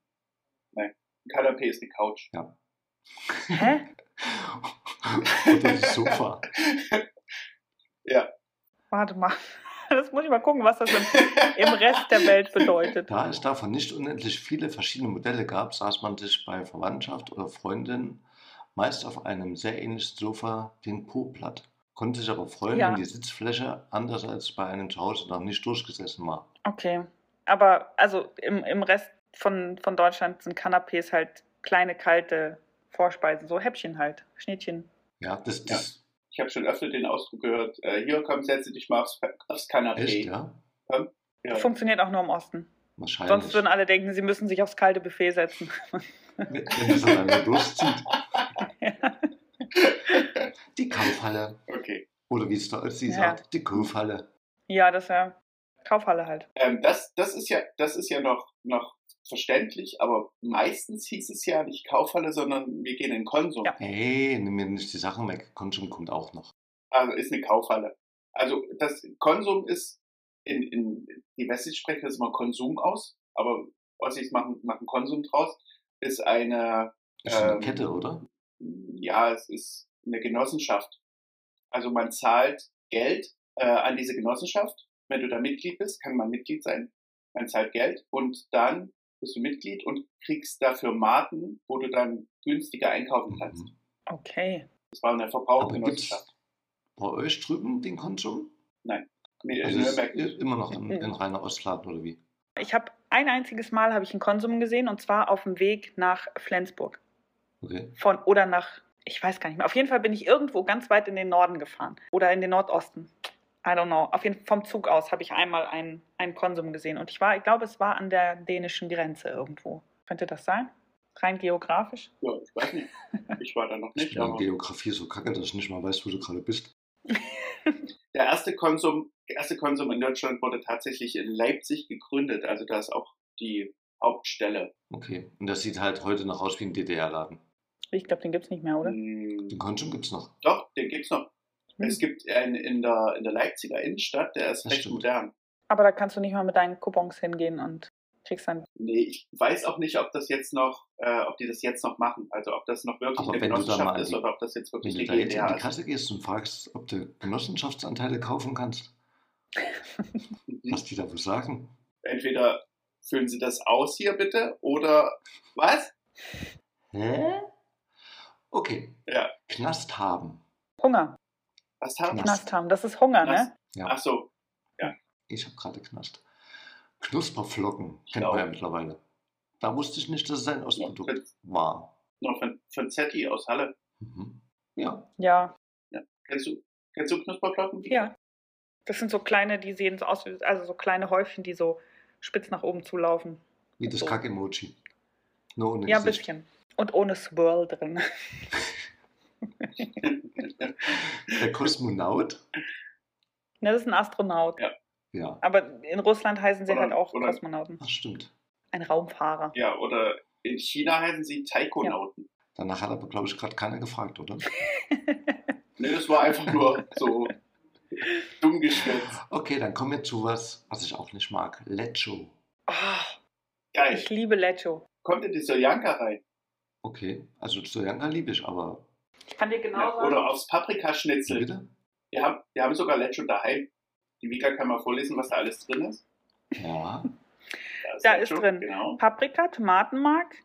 Speaker 3: Ein Kanapé ist eine Couch.
Speaker 1: Hä?
Speaker 2: Oder das Sofa.
Speaker 1: Warte mal. Das muss ich mal gucken, was das im, im Rest der Welt bedeutet.
Speaker 2: Da es davon nicht unendlich viele verschiedene Modelle gab, saß man sich bei Verwandtschaft oder Freundin meist auf einem sehr ähnlichen Sofa den Po platt, konnte sich aber freuen,
Speaker 1: Ja.
Speaker 2: wenn die Sitzfläche anders als bei einem zu Hause noch nicht durchgesessen war.
Speaker 1: Okay. Aber also im, im Rest von, von Deutschland sind Kanapés halt kleine, kalte Vorspeisen, so Häppchen halt, Schnittchen.
Speaker 2: Ja, das,
Speaker 3: Ja.
Speaker 2: das
Speaker 3: Ich habe schon öfter den Ausdruck gehört, äh, hier komm, setze dich mal aufs, aufs Kanapé.
Speaker 2: echt, ja?
Speaker 3: Ja.
Speaker 1: Funktioniert auch nur im Osten.
Speaker 2: Wahrscheinlich.
Speaker 1: Sonst würden alle denken, sie müssen sich aufs kalte Buffet setzen.
Speaker 2: Wenn das an einem durchzieht. Die Kaufhalle.
Speaker 3: Okay.
Speaker 2: Oder wie es der Ötzi
Speaker 1: Ja.
Speaker 2: sagt, die Kaufhalle.
Speaker 1: ja, das ist ja Kaufhalle halt.
Speaker 3: Ähm, das, das ist ja, das ist ja noch, noch verständlich, aber meistens hieß es ja nicht Kaufhalle, sondern wir gehen in den Konsum.
Speaker 1: Ja.
Speaker 2: Ey, nimm mir nicht die Sachen weg. Konsum kommt auch noch.
Speaker 3: Also ist eine Kaufhalle. Also das Konsum ist in, in die Wessis sprechen das immer Konsum aus, aber Ossis machen, machen Konsum draus, ist eine
Speaker 2: Ist eine
Speaker 3: Ähm,
Speaker 2: Kette, oder?
Speaker 3: ja, es ist eine Genossenschaft. Also man zahlt Geld äh, an diese Genossenschaft. Wenn du da Mitglied bist, kann man Mitglied sein. Man zahlt Geld und dann bist du Mitglied und kriegst dafür Marken, wo du dann günstiger einkaufen kannst.
Speaker 2: Mhm.
Speaker 1: Okay.
Speaker 3: Das war eine
Speaker 2: Aber gibt's
Speaker 3: Verbrauchergenossenschaft.
Speaker 2: bei euch drüben den Konsum?
Speaker 3: Nee, in
Speaker 2: Also es
Speaker 3: Nürnberg.
Speaker 2: ist immer noch in,
Speaker 1: Mhm.
Speaker 2: in reiner Ostladen oder wie?
Speaker 1: Ich habe ein einziges Mal habe ich einen Konsum gesehen und zwar auf dem Weg nach Flensburg.
Speaker 2: Okay.
Speaker 1: Von oder nach, ich weiß gar nicht mehr. Auf jeden Fall bin ich irgendwo ganz weit in den Norden gefahren. Oder in den Nordosten. I don't know. Auf jeden Fall vom Zug aus habe ich einmal einen, einen Konsum gesehen. Und ich war, ich glaube, es war an der dänischen Grenze irgendwo. Könnte das sein? Rein geografisch?
Speaker 3: Ja, ich weiß nicht. Ich war da noch
Speaker 2: Ich
Speaker 3: nicht.
Speaker 2: bin in
Speaker 3: Aber
Speaker 2: Geografie so kacke, dass ich nicht mal weiß, wo du gerade bist.
Speaker 3: der erste Konsum, der erste Konsum in Deutschland wurde tatsächlich in Leipzig gegründet. Also da ist auch die Hauptstelle.
Speaker 2: Okay. Und das sieht halt heute noch aus wie ein DDR-Laden.
Speaker 1: Ich glaube, den gibt es nicht mehr, oder?
Speaker 3: Hm,
Speaker 2: Den Konsum gibt's noch.
Speaker 3: doch, den gibt's noch.
Speaker 1: Hm.
Speaker 3: Es gibt einen in der, in der Leipziger Innenstadt, der ist
Speaker 2: Das
Speaker 3: recht
Speaker 2: stimmt.
Speaker 3: modern.
Speaker 1: Aber da kannst du nicht mal mit deinen Coupons hingehen und kriegst dann.
Speaker 3: Nee, ich weiß auch nicht, ob das jetzt noch, äh, ob die das jetzt noch machen. Also ob das noch wirklich
Speaker 2: Aber
Speaker 3: eine
Speaker 2: wenn du da
Speaker 3: Genossenschaft
Speaker 2: mal
Speaker 3: ist
Speaker 2: die-
Speaker 3: oder ob das jetzt wirklich
Speaker 2: Wenn
Speaker 3: eine
Speaker 2: du da jetzt in
Speaker 3: GmbH
Speaker 2: die
Speaker 3: ist.
Speaker 2: Kasse gehst und fragst, ob du Genossenschaftsanteile kaufen kannst,
Speaker 3: Hm.
Speaker 2: was die da wohl sagen.
Speaker 3: Mhm. Entweder füllen sie das aus hier bitte oder was?
Speaker 2: Hä? Okay.
Speaker 3: Ja.
Speaker 2: Knast haben.
Speaker 1: Hunger,
Speaker 3: Was haben
Speaker 2: Knast.
Speaker 3: wir?
Speaker 1: Knast haben. Das ist Hunger, ne?
Speaker 3: Ach so,
Speaker 2: Ich habe gerade Knast. Knusperflocken kennt
Speaker 3: Ja.
Speaker 2: man ja mittlerweile. Da wusste ich nicht, dass es ein Ostprodukt
Speaker 3: Ja.
Speaker 2: war.
Speaker 3: noch von, von Zetti aus Halle.
Speaker 2: Mhm. Ja,
Speaker 1: Ja.
Speaker 3: Kennst du, kennst du Knusperflocken?
Speaker 1: Ja. Das sind so kleine, die sehen so aus, wie- also so kleine Häufchen, die so spitz nach oben zulaufen.
Speaker 2: wie das
Speaker 1: So.
Speaker 2: Kack-Emoji. Nur ohne
Speaker 1: Oh. Ja, ein
Speaker 2: Gesicht.
Speaker 1: bisschen. Und ohne Swirl drin.
Speaker 2: Der Kosmonaut.
Speaker 1: Ne, Das ist ein Astronaut.
Speaker 2: Ja,
Speaker 1: Aber in Russland heißen sie
Speaker 3: Oder-
Speaker 1: halt auch
Speaker 3: oder-
Speaker 1: Kosmonauten.
Speaker 2: das stimmt.
Speaker 1: Ein Raumfahrer.
Speaker 3: Ja, oder in China heißen sie Taikonauten.
Speaker 2: Danach hat aber, glaube ich, gerade keiner gefragt, oder?
Speaker 3: Nee, das war einfach nur so dumm geschwätzt.
Speaker 2: Okay, dann kommen wir zu was, was ich auch nicht mag. Lecho.
Speaker 1: Ah,
Speaker 3: Geil.
Speaker 1: ich liebe Lecho.
Speaker 3: Kommt in die Soljanka rein.
Speaker 2: Okay, also Sojanka liebe ich, aber
Speaker 1: Ich kann dir genau
Speaker 3: Ja,
Speaker 1: sagen.
Speaker 3: oder aufs Paprikaschnitzel.
Speaker 2: bitte?
Speaker 3: Wir haben, wir haben sogar Lecho daheim. Die Vika kann mal vorlesen, was da alles drin ist.
Speaker 2: Ja,
Speaker 1: Da ist
Speaker 3: Lecho,
Speaker 1: drin.
Speaker 3: Genau.
Speaker 1: Paprika, Tomatenmark,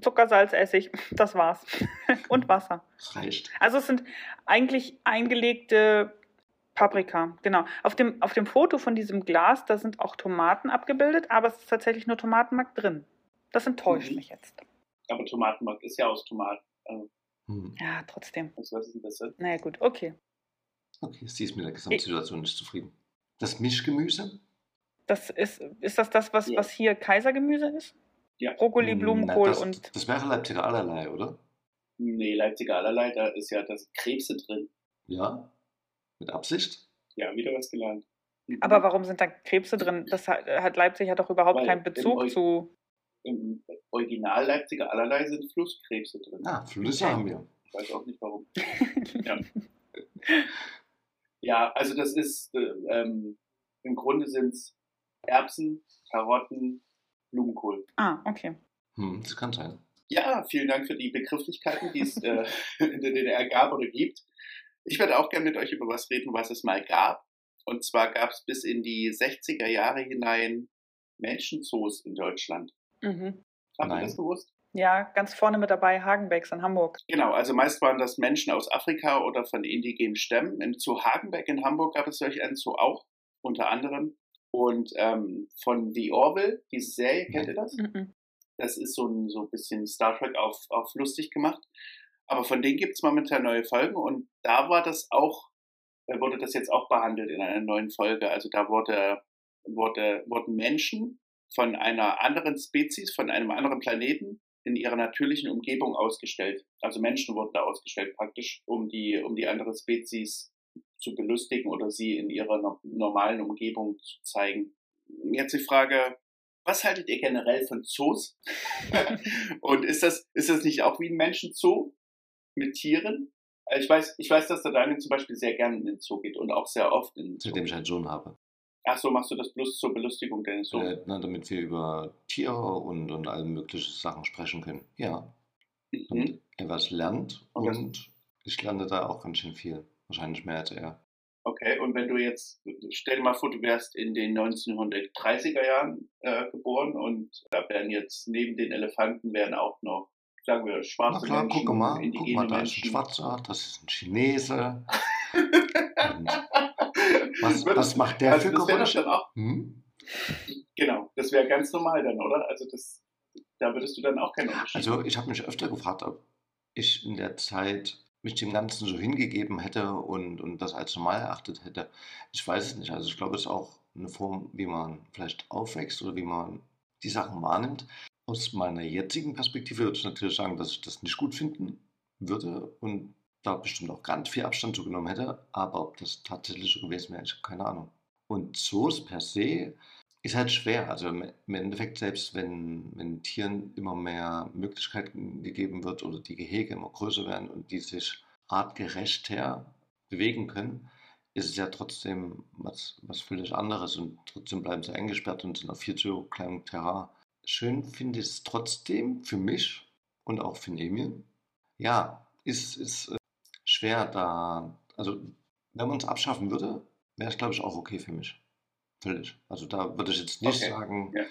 Speaker 1: Zucker, Salz, Essig. Das war's. Und Wasser.
Speaker 2: das reicht.
Speaker 1: Also es sind eigentlich eingelegte Paprika, genau. Auf dem, auf dem Foto von diesem Glas, da sind auch Tomaten abgebildet, aber es ist tatsächlich nur Tomatenmark drin. Das enttäuscht
Speaker 3: Mhm.
Speaker 1: mich jetzt.
Speaker 3: Aber Tomatenmark ist ja aus Tomaten.
Speaker 2: Hm.
Speaker 1: Ja, trotzdem.
Speaker 3: Also, was ist denn das?
Speaker 1: Naja, gut, okay.
Speaker 2: Okay, sie ist mit der Gesamtsituation nicht zufrieden. Das Mischgemüse?
Speaker 1: Das ist, ist das das, was,
Speaker 3: Ja.
Speaker 1: was hier Kaisergemüse ist?
Speaker 3: Ja.
Speaker 1: Brokkoli,
Speaker 2: Hm,
Speaker 1: Blumenkohl
Speaker 2: na, das,
Speaker 1: und
Speaker 2: Das wäre Leipziger allerlei, oder?
Speaker 3: Nee, Leipziger allerlei, da ist ja das Krebse drin.
Speaker 2: Ja? Mit Absicht?
Speaker 3: Ja, wieder was gelernt. Mhm.
Speaker 1: Aber warum sind da Krebse drin? Das hat, hat Leipzig hat doch überhaupt
Speaker 3: Weil
Speaker 1: keinen
Speaker 3: im
Speaker 1: Bezug
Speaker 3: Eu-
Speaker 1: zu.
Speaker 3: Im Original Leipziger allerlei sind Flusskrebse drin.
Speaker 2: Ah, Flüsse
Speaker 1: Okay.
Speaker 2: haben wir.
Speaker 3: Ich weiß auch nicht warum. Ja, also das ist, äh, ähm, im Grunde sind es Erbsen, Karotten, Blumenkohl.
Speaker 1: ah, okay.
Speaker 2: Hm, das kann sein.
Speaker 3: Ja, vielen Dank für die Begrifflichkeiten, die es äh, in der DDR gab oder gibt. Ich werde auch gerne mit euch über was reden, was es mal gab. Und zwar gab es bis in die 60er Jahre hinein Menschenzoos in Deutschland.
Speaker 1: Mhm.
Speaker 3: Habt ihr
Speaker 2: Nein.
Speaker 3: das gewusst?
Speaker 1: Ja, ganz vorne mit dabei Hagenbecks in Hamburg.
Speaker 3: Genau, also meist waren das Menschen aus Afrika oder von indigenen Stämmen. Im Zoo Hagenbeck in Hamburg gab es solch einen Zoo auch, unter anderem. Und ähm, von The Orville, diese Serie, kennt ihr das?
Speaker 1: Mhm.
Speaker 3: Das ist so ein so ein bisschen Star Trek auf, auf lustig gemacht. Aber von denen gibt es momentan neue Folgen und da war das auch, da wurde das jetzt auch behandelt in einer neuen Folge. Also da wurde, wurde, wurden Menschen von einer anderen Spezies, von einem anderen Planeten in ihrer natürlichen Umgebung ausgestellt. Also Menschen wurden da ausgestellt praktisch, um die, um die andere Spezies zu belustigen oder sie in ihrer no normalen Umgebung zu zeigen. Jetzt die Frage, was haltet ihr generell von Zoos? Und ist das, ist das nicht auch wie ein Menschenzoo mit Tieren? Also Ich weiß, ich weiß, dass der Daniel zum Beispiel sehr gerne in den Zoo geht und auch sehr oft in den Zoo.
Speaker 2: Seitdem ich einen Sohn habe.
Speaker 3: Ach so, machst du das bloß zur Belustigung deines Sohnes?
Speaker 2: Äh, na, damit wir über Tiere und, und alle möglichen Sachen sprechen können. Ja, damit
Speaker 3: Mhm.
Speaker 2: er was lernt
Speaker 3: Und das-
Speaker 2: und ich lerne da auch ganz schön viel. Wahrscheinlich mehr als er.
Speaker 3: Okay, und wenn du jetzt, stell dir mal vor, du wärst in den 1930er Jahren äh, geboren und da wären jetzt neben den Elefanten wären auch noch, sagen wir,
Speaker 2: Na
Speaker 3: schwarze
Speaker 2: klar,
Speaker 3: Menschen,
Speaker 2: guck mal, guck
Speaker 3: indigene
Speaker 2: mal, da ist ein
Speaker 3: Menschen.
Speaker 2: Schwarzer, das ist ein Chinese. und was,
Speaker 3: Würdest-
Speaker 2: was macht der
Speaker 3: also
Speaker 2: für Hm?
Speaker 3: das wäre doch
Speaker 2: Geräusche?
Speaker 3: dann auch,
Speaker 2: Hm?
Speaker 3: genau, das wäre ganz normal dann, oder? Also das, da würdest du dann auch keinen Unterschied.
Speaker 2: Also ich habe mich öfter gefragt, ob ich in der Zeit mich dem Ganzen so hingegeben hätte und, und das als normal erachtet hätte. Ich weiß es nicht. Also ich glaube, es ist auch eine Form, wie man vielleicht aufwächst oder wie man die Sachen wahrnimmt. Aus meiner jetzigen Perspektive würde ich natürlich sagen, dass ich das nicht gut finden würde und da bestimmt auch ganz viel Abstand zugenommen hätte. Aber ob das tatsächlich so gewesen wäre, ich habe keine Ahnung. Und Zoos per se ist halt schwer. Also im Endeffekt, selbst wenn, wenn Tieren immer mehr Möglichkeiten gegeben wird oder die Gehege immer größer werden und die sich artgerecht her bewegen können, ist es ja trotzdem was, was völlig anderes und trotzdem bleiben sie eingesperrt und sind auf viel zu kleinem Terrain. Schön finde ich es trotzdem für mich und auch für Emil. Ja, ist, ist äh, schwer da. Also, wenn man es abschaffen würde, wäre es, glaube ich, auch okay für mich. Völlig. Also da würde ich jetzt nicht
Speaker 3: Okay.
Speaker 2: sagen,
Speaker 3: Ja.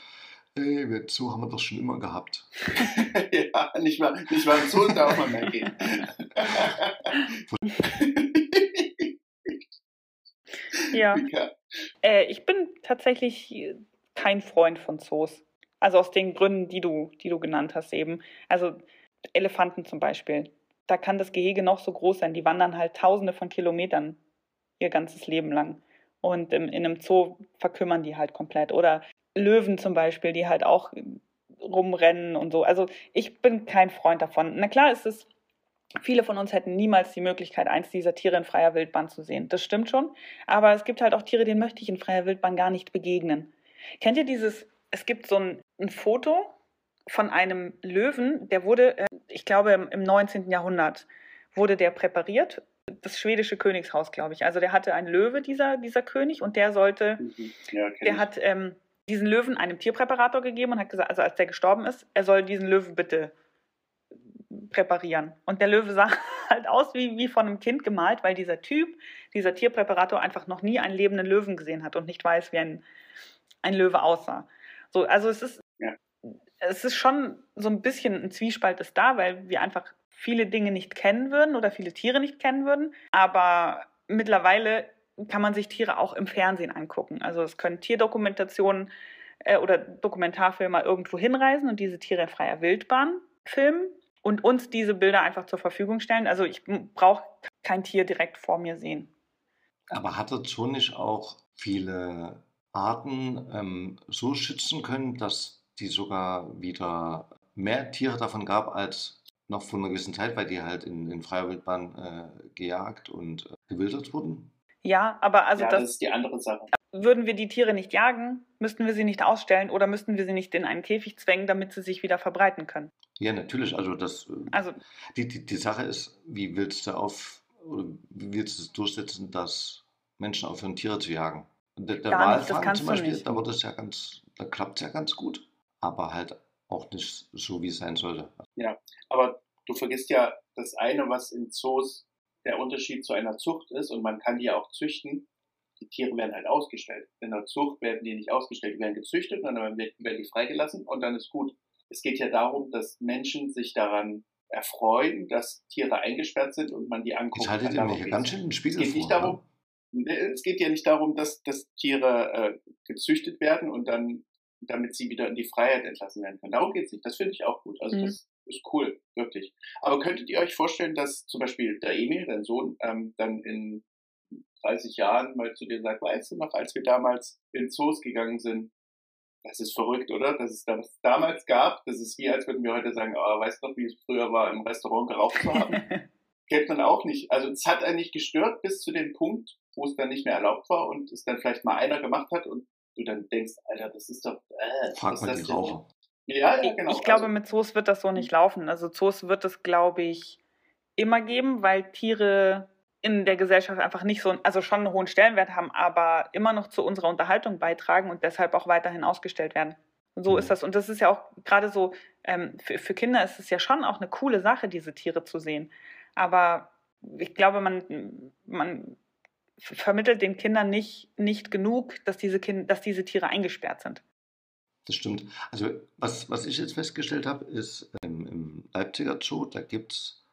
Speaker 2: ey, wir Zoo haben wir doch schon immer gehabt.
Speaker 3: ja, nicht mal, nicht mal ins Zoo darf man mehr gehen.
Speaker 1: Ja.
Speaker 3: Ja.
Speaker 1: Äh, ich bin tatsächlich äh, kein Freund von Zoos. Also aus den Gründen, die du, die du genannt hast eben. Also Elefanten zum Beispiel. Da kann das Gehege noch so groß sein. Die wandern halt tausende von Kilometern ihr ganzes Leben lang. Und im, in einem Zoo verkümmern die halt komplett. Oder Löwen zum Beispiel, die halt auch rumrennen und so. Also ich bin kein Freund davon. Na klar ist es, viele von uns hätten niemals die Möglichkeit, eins dieser Tiere in freier Wildbahn zu sehen. Das stimmt schon. Aber es gibt halt auch Tiere, denen möchte ich in freier Wildbahn gar nicht begegnen. Kennt ihr dieses, es gibt so ein, ein Foto von einem Löwen, der wurde, äh, ich glaube, im, im 19. Jahrhundert wurde der präpariert. Das schwedische Königshaus, glaube ich. Also der hatte einen Löwe, dieser, dieser König, und der sollte
Speaker 3: Mhm. ja kenn
Speaker 1: der
Speaker 3: ich.
Speaker 1: hat ähm, diesen Löwen einem Tierpräparator gegeben und hat gesagt, also als der gestorben ist, er soll diesen Löwen bitte präparieren. Und der Löwe sah halt aus wie, wie von einem Kind gemalt, weil dieser Typ, dieser Tierpräparator einfach noch nie einen lebenden Löwen gesehen hat und nicht weiß, wie ein, ein Löwe aussah. So, also es ist,
Speaker 3: Ja.
Speaker 1: es ist schon so ein bisschen ein Zwiespalt ist da, weil wir einfach viele Dinge nicht kennen würden oder viele Tiere nicht kennen würden. Aber mittlerweile kann man sich Tiere auch im Fernsehen angucken. Also es können Tierdokumentationen äh, oder Dokumentarfilmer irgendwo hinreisen und diese Tiere in freier Wildbahn filmen und uns diese Bilder einfach zur Verfügung stellen. Also ich brauche kein Tier direkt vor mir sehen.
Speaker 2: Aber hat das Zoo nicht auch viele Arten ähm, so schützen können, dass die sogar wieder mehr Tiere davon gab als noch vor einer gewissen Zeit, weil die halt in, in freier Wildbahn äh, gejagt und äh, gewildert wurden?
Speaker 1: Ja, aber also
Speaker 3: ja, das,
Speaker 1: das,
Speaker 3: ist die andere Sache.
Speaker 1: würden wir die Tiere nicht jagen, müssten wir sie nicht ausstellen oder müssten wir sie nicht in einen Käfig zwängen, damit sie sich wieder verbreiten können.
Speaker 2: Ja, natürlich. Also das, äh,
Speaker 1: Also
Speaker 2: Die, die, die Sache ist, wie willst du auf, oder wie willst du es durchsetzen, dass Menschen aufhören, Tiere zu jagen? Und Der, der
Speaker 1: Gar nicht, das
Speaker 2: Walfang
Speaker 1: kannst
Speaker 2: zum
Speaker 1: du
Speaker 2: Beispiel,
Speaker 1: nicht.
Speaker 2: da wird es ja ganz, da klappt es ja ganz gut, aber halt auch nicht so, wie es sein sollte.
Speaker 3: Aber du vergisst ja das eine, was in Zoos der Unterschied zu einer Zucht ist, und man kann die ja auch züchten. Die Tiere werden halt ausgestellt. In der Zucht werden die nicht ausgestellt, die werden gezüchtet und dann werden werden die freigelassen und dann ist gut. Es geht ja darum, dass Menschen sich daran erfreuen, dass Tiere eingesperrt sind und man die anguckt.
Speaker 2: Jetzt haltet ihr mir hier ganz schön den Spiegel
Speaker 3: geht
Speaker 2: vor.
Speaker 3: nicht
Speaker 2: ne?
Speaker 3: darum- Es geht ja nicht darum, dass, dass Tiere äh, gezüchtet werden und dann, damit sie wieder in die Freiheit entlassen werden können. Darum geht's nicht. Das finde ich auch gut. Also
Speaker 1: Mhm.
Speaker 3: das ist cool, wirklich. Aber könntet ihr euch vorstellen, dass zum Beispiel der Emil, dein Sohn, ähm, dann in 30 Jahren mal zu dir sagt, weißt du noch, als wir damals in Zoos gegangen sind, das ist verrückt, oder? Dass es das damals gab, das ist wie, als würden wir heute sagen, ah, weißt du noch, wie es früher war, im Restaurant geraucht zu haben? kennt man auch nicht. Also es hat einen nicht gestört bis zu dem Punkt, wo es dann nicht mehr erlaubt war und es dann vielleicht mal einer gemacht hat und du dann denkst, Alter, das ist doch, äh, was
Speaker 2: ne? Frag
Speaker 3: ist
Speaker 2: mal
Speaker 3: das
Speaker 2: die
Speaker 3: denn?
Speaker 2: Raucher.
Speaker 3: Ja, ja, genau.
Speaker 1: ich glaube,
Speaker 3: also,
Speaker 1: mit Zoos wird das so nicht laufen. Also Zoos wird es, glaube ich, immer geben, weil Tiere in der Gesellschaft einfach nicht so, also schon einen hohen Stellenwert haben, aber immer noch zu unserer Unterhaltung beitragen und deshalb auch weiterhin ausgestellt werden. So
Speaker 2: Mhm.
Speaker 3: Hm.
Speaker 1: ist das. Und das ist ja auch gerade so, ähm, für, für Kinder ist es ja schon auch eine coole Sache, diese Tiere zu sehen. Aber ich glaube, man, man ver- vermittelt den Kindern nicht, nicht genug, dass diese, kind, dass diese Tiere eingesperrt sind.
Speaker 2: Das stimmt. Also was, was ich jetzt festgestellt habe, ist ähm, im Leipziger Zoo, da gibt es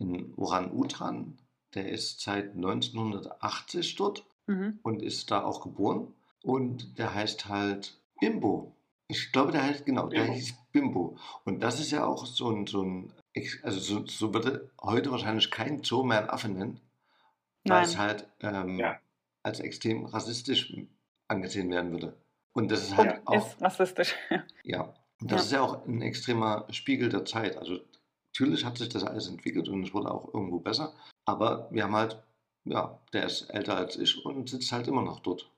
Speaker 2: einen Orang-Utan, der ist seit 1980 dort.
Speaker 1: Mhm.
Speaker 2: und ist da auch geboren. Und der heißt halt Bimbo. Ich glaube, der heißt, genau, der
Speaker 3: Bimbo.
Speaker 2: hieß Bimbo. Und das ist ja auch so ein, so ein Ex- also so, so würde heute wahrscheinlich kein Zoo mehr einen Affe nennen, weil es
Speaker 1: Nein.
Speaker 2: halt ähm,
Speaker 3: Ja.
Speaker 2: als extrem rassistisch angesehen werden würde. Und das ist
Speaker 1: Und
Speaker 2: halt auch,
Speaker 1: ist rassistisch.
Speaker 2: ja, und das
Speaker 1: Ja.
Speaker 2: ist ja auch ein extremer Spiegel der Zeit. Also natürlich hat sich das alles entwickelt und es wurde auch irgendwo besser, aber wir haben halt, ja, der ist älter als ich und sitzt halt immer noch dort.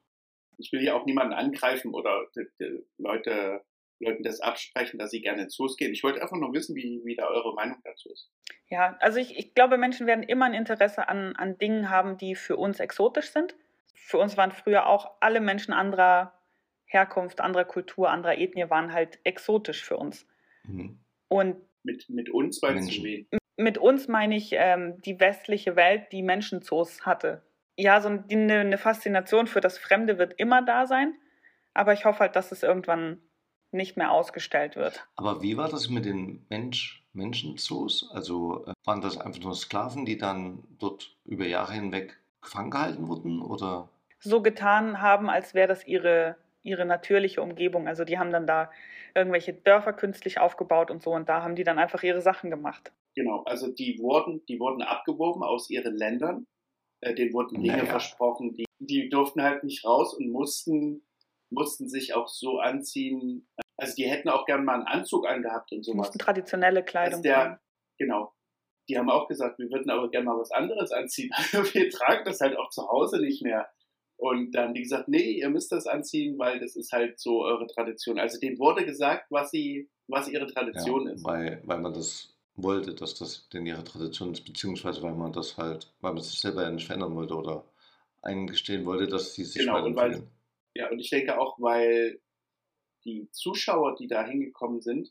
Speaker 3: Ich will hier auch niemanden angreifen oder d- d- Leute, Leuten das absprechen, dass sie gerne in Zoos gehen. Ich wollte einfach nur wissen, wie, wie da eure Meinung dazu ist.
Speaker 1: Ja, also ich, ich glaube, Menschen werden immer ein Interesse an, an Dingen haben, die für uns exotisch sind. Für uns waren früher auch alle Menschen anderer Herkunft, anderer Kultur, anderer Ethnie waren halt exotisch für uns.
Speaker 2: Mhm.
Speaker 1: Und
Speaker 3: Mit, mit uns, weil es
Speaker 2: Menschen.
Speaker 3: wen.
Speaker 1: mit uns meine ich ähm, die westliche Welt, die Menschenzoos hatte. Ja, so ein- die- ne, eine, eine Faszination für das Fremde wird immer da sein, aber ich hoffe halt, dass es irgendwann nicht mehr ausgestellt wird.
Speaker 2: Aber wie war das mit den Mensch, Menschenzoos? Also äh, waren das einfach nur Sklaven, die dann dort über Jahre hinweg gefangen gehalten wurden? Oder
Speaker 1: So getan haben, als wäre das ihre, ihre natürliche Umgebung. Also die haben dann da irgendwelche Dörfer künstlich aufgebaut und so und da haben die dann einfach ihre Sachen gemacht.
Speaker 3: Genau, also die wurden, die wurden abgeworben aus ihren Ländern. Äh, denen wurden Dinge
Speaker 2: Naja.
Speaker 3: versprochen, die, die durften halt nicht raus und mussten, mussten sich auch so anziehen. Also die hätten auch gern mal einen Anzug angehabt und
Speaker 1: Die
Speaker 3: sowas.
Speaker 1: mussten traditionelle
Speaker 3: Als
Speaker 1: Kleidung tragen.
Speaker 3: der, genau. Die haben auch gesagt, wir würden aber gerne mal was anderes anziehen. Also wir tragen das halt auch zu Hause nicht mehr. Und dann haben die gesagt, nee, ihr müsst das anziehen, weil das ist halt so eure Tradition. Also denen wurde gesagt, was sie, was ihre
Speaker 2: ja,
Speaker 3: Tradition ist.
Speaker 2: weil, weil man das wollte, dass das denn ihre Tradition ist, beziehungsweise weil man das halt, weil man sich selber ja nicht verändern wollte oder eingestehen wollte, dass sie sich
Speaker 3: Genau, und weil-
Speaker 2: weiterentwickeln.
Speaker 3: Ja, und ich denke auch, weil die Zuschauer, die da hingekommen sind,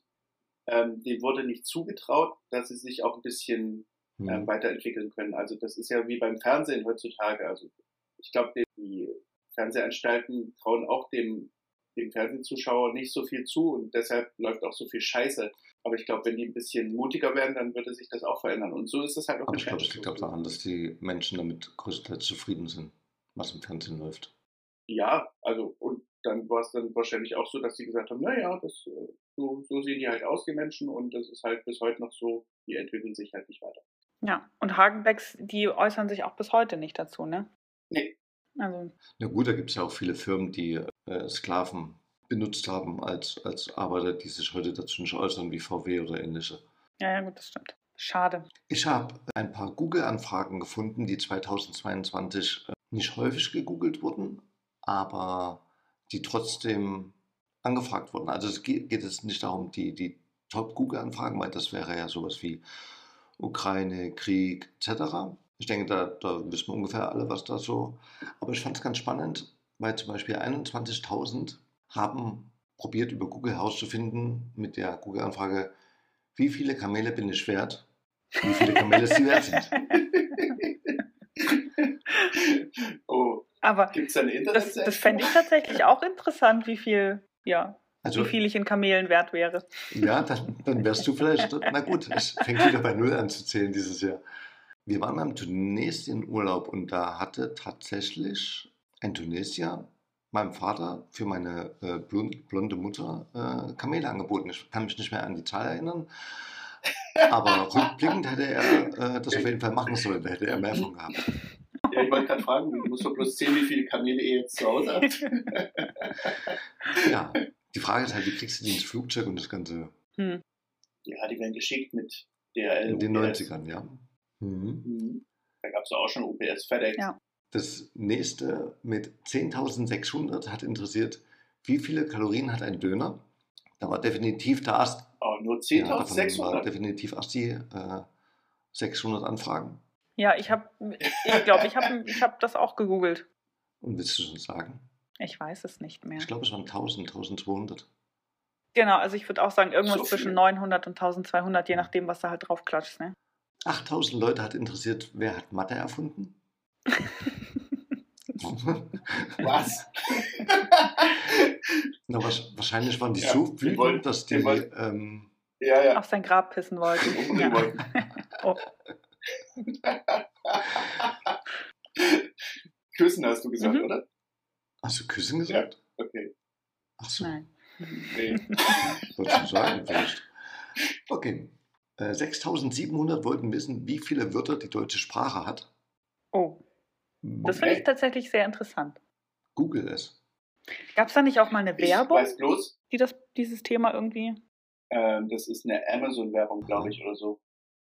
Speaker 3: ähm, denen wurde nicht zugetraut, dass sie sich auch ein bisschen
Speaker 2: Hm.
Speaker 3: ähm, weiterentwickeln können. Also das ist ja wie beim Fernsehen heutzutage. Also ich glaube, die- die Fernsehanstalten trauen auch dem, dem Fernsehzuschauer nicht so viel zu und deshalb läuft auch so viel Scheiße. Aber ich glaube, wenn die ein bisschen mutiger werden, dann würde sich das auch verändern. Und so ist das halt auch
Speaker 2: Aber
Speaker 3: mit
Speaker 2: ich glaube, es liegt auch
Speaker 3: Fernsehen.
Speaker 2: daran, dass die Menschen damit größtenteils zufrieden sind, was im Fernsehen läuft.
Speaker 3: Ja, also und dann war es dann wahrscheinlich auch so, dass sie gesagt haben, naja, das, äh, so, so sehen die halt aus, die Menschen, und das ist halt bis heute noch so, die entwickeln sich halt nicht weiter.
Speaker 1: Ja, und Hagenbecks, die äußern sich auch bis heute nicht dazu, ne?
Speaker 3: Nee.
Speaker 1: Also,
Speaker 2: Na gut, da gibt es ja auch viele Firmen, die äh, Sklaven benutzt haben als, als Arbeiter, die sich heute dazu nicht äußern, wie VW oder ähnliche.
Speaker 1: ja, ja, gut, das stimmt. Schade.
Speaker 2: Ich habe ein paar Google-Anfragen gefunden, die 2022 äh, nicht häufig gegoogelt wurden, aber die trotzdem angefragt wurden. Also es geht, geht jetzt nicht darum, die, die Top-Google-Anfragen, weil das wäre ja sowas wie Ukraine, Krieg etc. Ich denke, da, da wissen wir ungefähr alle, was da so. Aber ich fand es ganz spannend, weil zum Beispiel 21.000 haben probiert, über Google herauszufinden mit der Google-Anfrage, wie viele Kamele bin ich wert? Wie viele Kamele sie wert sind?
Speaker 3: oh,
Speaker 1: Aber
Speaker 3: gibt's da eine Internet?
Speaker 1: das, das fände ich tatsächlich auch interessant, wie viel, ja,
Speaker 2: Also,
Speaker 1: wie viel ich in Kamelen wert wäre.
Speaker 2: ja, dann, dann wärst du vielleicht, na gut, es fängt wieder bei Null an zu zählen dieses Jahr. Wir waren am Tunesien Urlaub und da hatte tatsächlich ein Tunesier meinem Vater für meine äh, blond, blonde Mutter äh, Kamele angeboten. Ich kann mich nicht mehr an die Zahl erinnern, aber rückblickend hätte er äh, das auf jeden Fall machen sollen, da hätte er mehr von gehabt.
Speaker 3: Ja, ich wollte gerade fragen, du musst doch bloß sehen, wie viele Kamele ihr jetzt zu Hause habt.
Speaker 2: Ja, die Frage ist halt, wie kriegst du die ins Flugzeug und das Ganze
Speaker 1: Hm.
Speaker 3: ja, die werden geschickt mit der
Speaker 2: in
Speaker 1: Äh,
Speaker 2: den 90ern, ja? Mhm.
Speaker 3: Da gab's ja auch schon UPS FedEx.
Speaker 1: Ja.
Speaker 2: Das nächste mit 10.600 hat interessiert, wie viele Kalorien hat ein Döner? Da war definitiv der Ast.
Speaker 3: Oh, nur
Speaker 2: ja, davon war
Speaker 3: 10.600.
Speaker 2: definitiv Asti äh, 600 Anfragen.
Speaker 1: Ja, ich habe, ich glaube, ich habe ich hab das auch gegoogelt.
Speaker 2: Und willst du schon sagen?
Speaker 1: Ich weiß es nicht mehr.
Speaker 2: Ich glaube, es waren 1000, 1200.
Speaker 1: Genau, also ich würde auch sagen, irgendwas
Speaker 3: So viel.
Speaker 1: zwischen 900 und 1200, je nachdem, was da halt drauf klatscht. Ne?
Speaker 2: 8000 Leute hat interessiert, wer hat Mathe erfunden?
Speaker 3: Was?
Speaker 2: Na, wasch- wahrscheinlich waren die
Speaker 3: Ja,
Speaker 2: so
Speaker 3: wir
Speaker 2: wütend,
Speaker 3: wollen-
Speaker 2: dass die
Speaker 3: wir wollen-
Speaker 2: ähm,
Speaker 3: ja, ja.
Speaker 1: Auf sein Grab pissen wollten.
Speaker 3: Umbringen
Speaker 1: Ja.
Speaker 3: wollten.
Speaker 1: Oh.
Speaker 3: Küssen hast du gesagt,
Speaker 1: Mhm.
Speaker 3: oder?
Speaker 2: hast du Küssen gesagt?
Speaker 3: Okay.
Speaker 2: Ach so.
Speaker 1: Nein.
Speaker 3: Nee.
Speaker 2: Wollte ich schon sagen, vielleicht. Okay. Äh, 6700 wollten wissen, wie viele Wörter die deutsche Sprache hat.
Speaker 1: Oh, das finde ich tatsächlich sehr interessant.
Speaker 2: Google es.
Speaker 1: Gab es da nicht auch mal eine
Speaker 3: Ich
Speaker 1: Werbung,
Speaker 3: weiß bloß,
Speaker 1: die das, dieses Thema irgendwie.
Speaker 3: ähm, das ist eine Amazon-Werbung, glaube ich, oder so.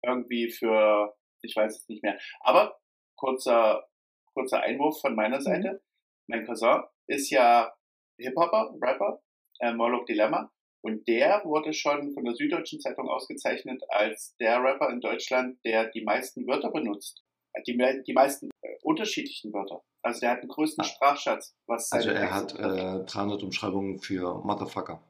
Speaker 3: Irgendwie für, ich weiß es nicht mehr. Aber kurzer, kurzer Einwurf von meiner
Speaker 2: Mhm.
Speaker 3: Seite. Mein Cousin ist ja Hip-Hopper, Rapper, äh, Morlock Dilemma. Und der wurde schon von der Süddeutschen Zeitung ausgezeichnet als der Rapper in Deutschland, der die meisten Wörter benutzt. Die, me- die meisten äh, unterschiedlichen Wörter. Also der hat den größten
Speaker 2: Ah.
Speaker 3: Sprachschatz, was
Speaker 2: Also
Speaker 3: seine
Speaker 2: er hat
Speaker 3: Texte betrifft.
Speaker 2: äh, 300 Umschreibungen für Motherfucker.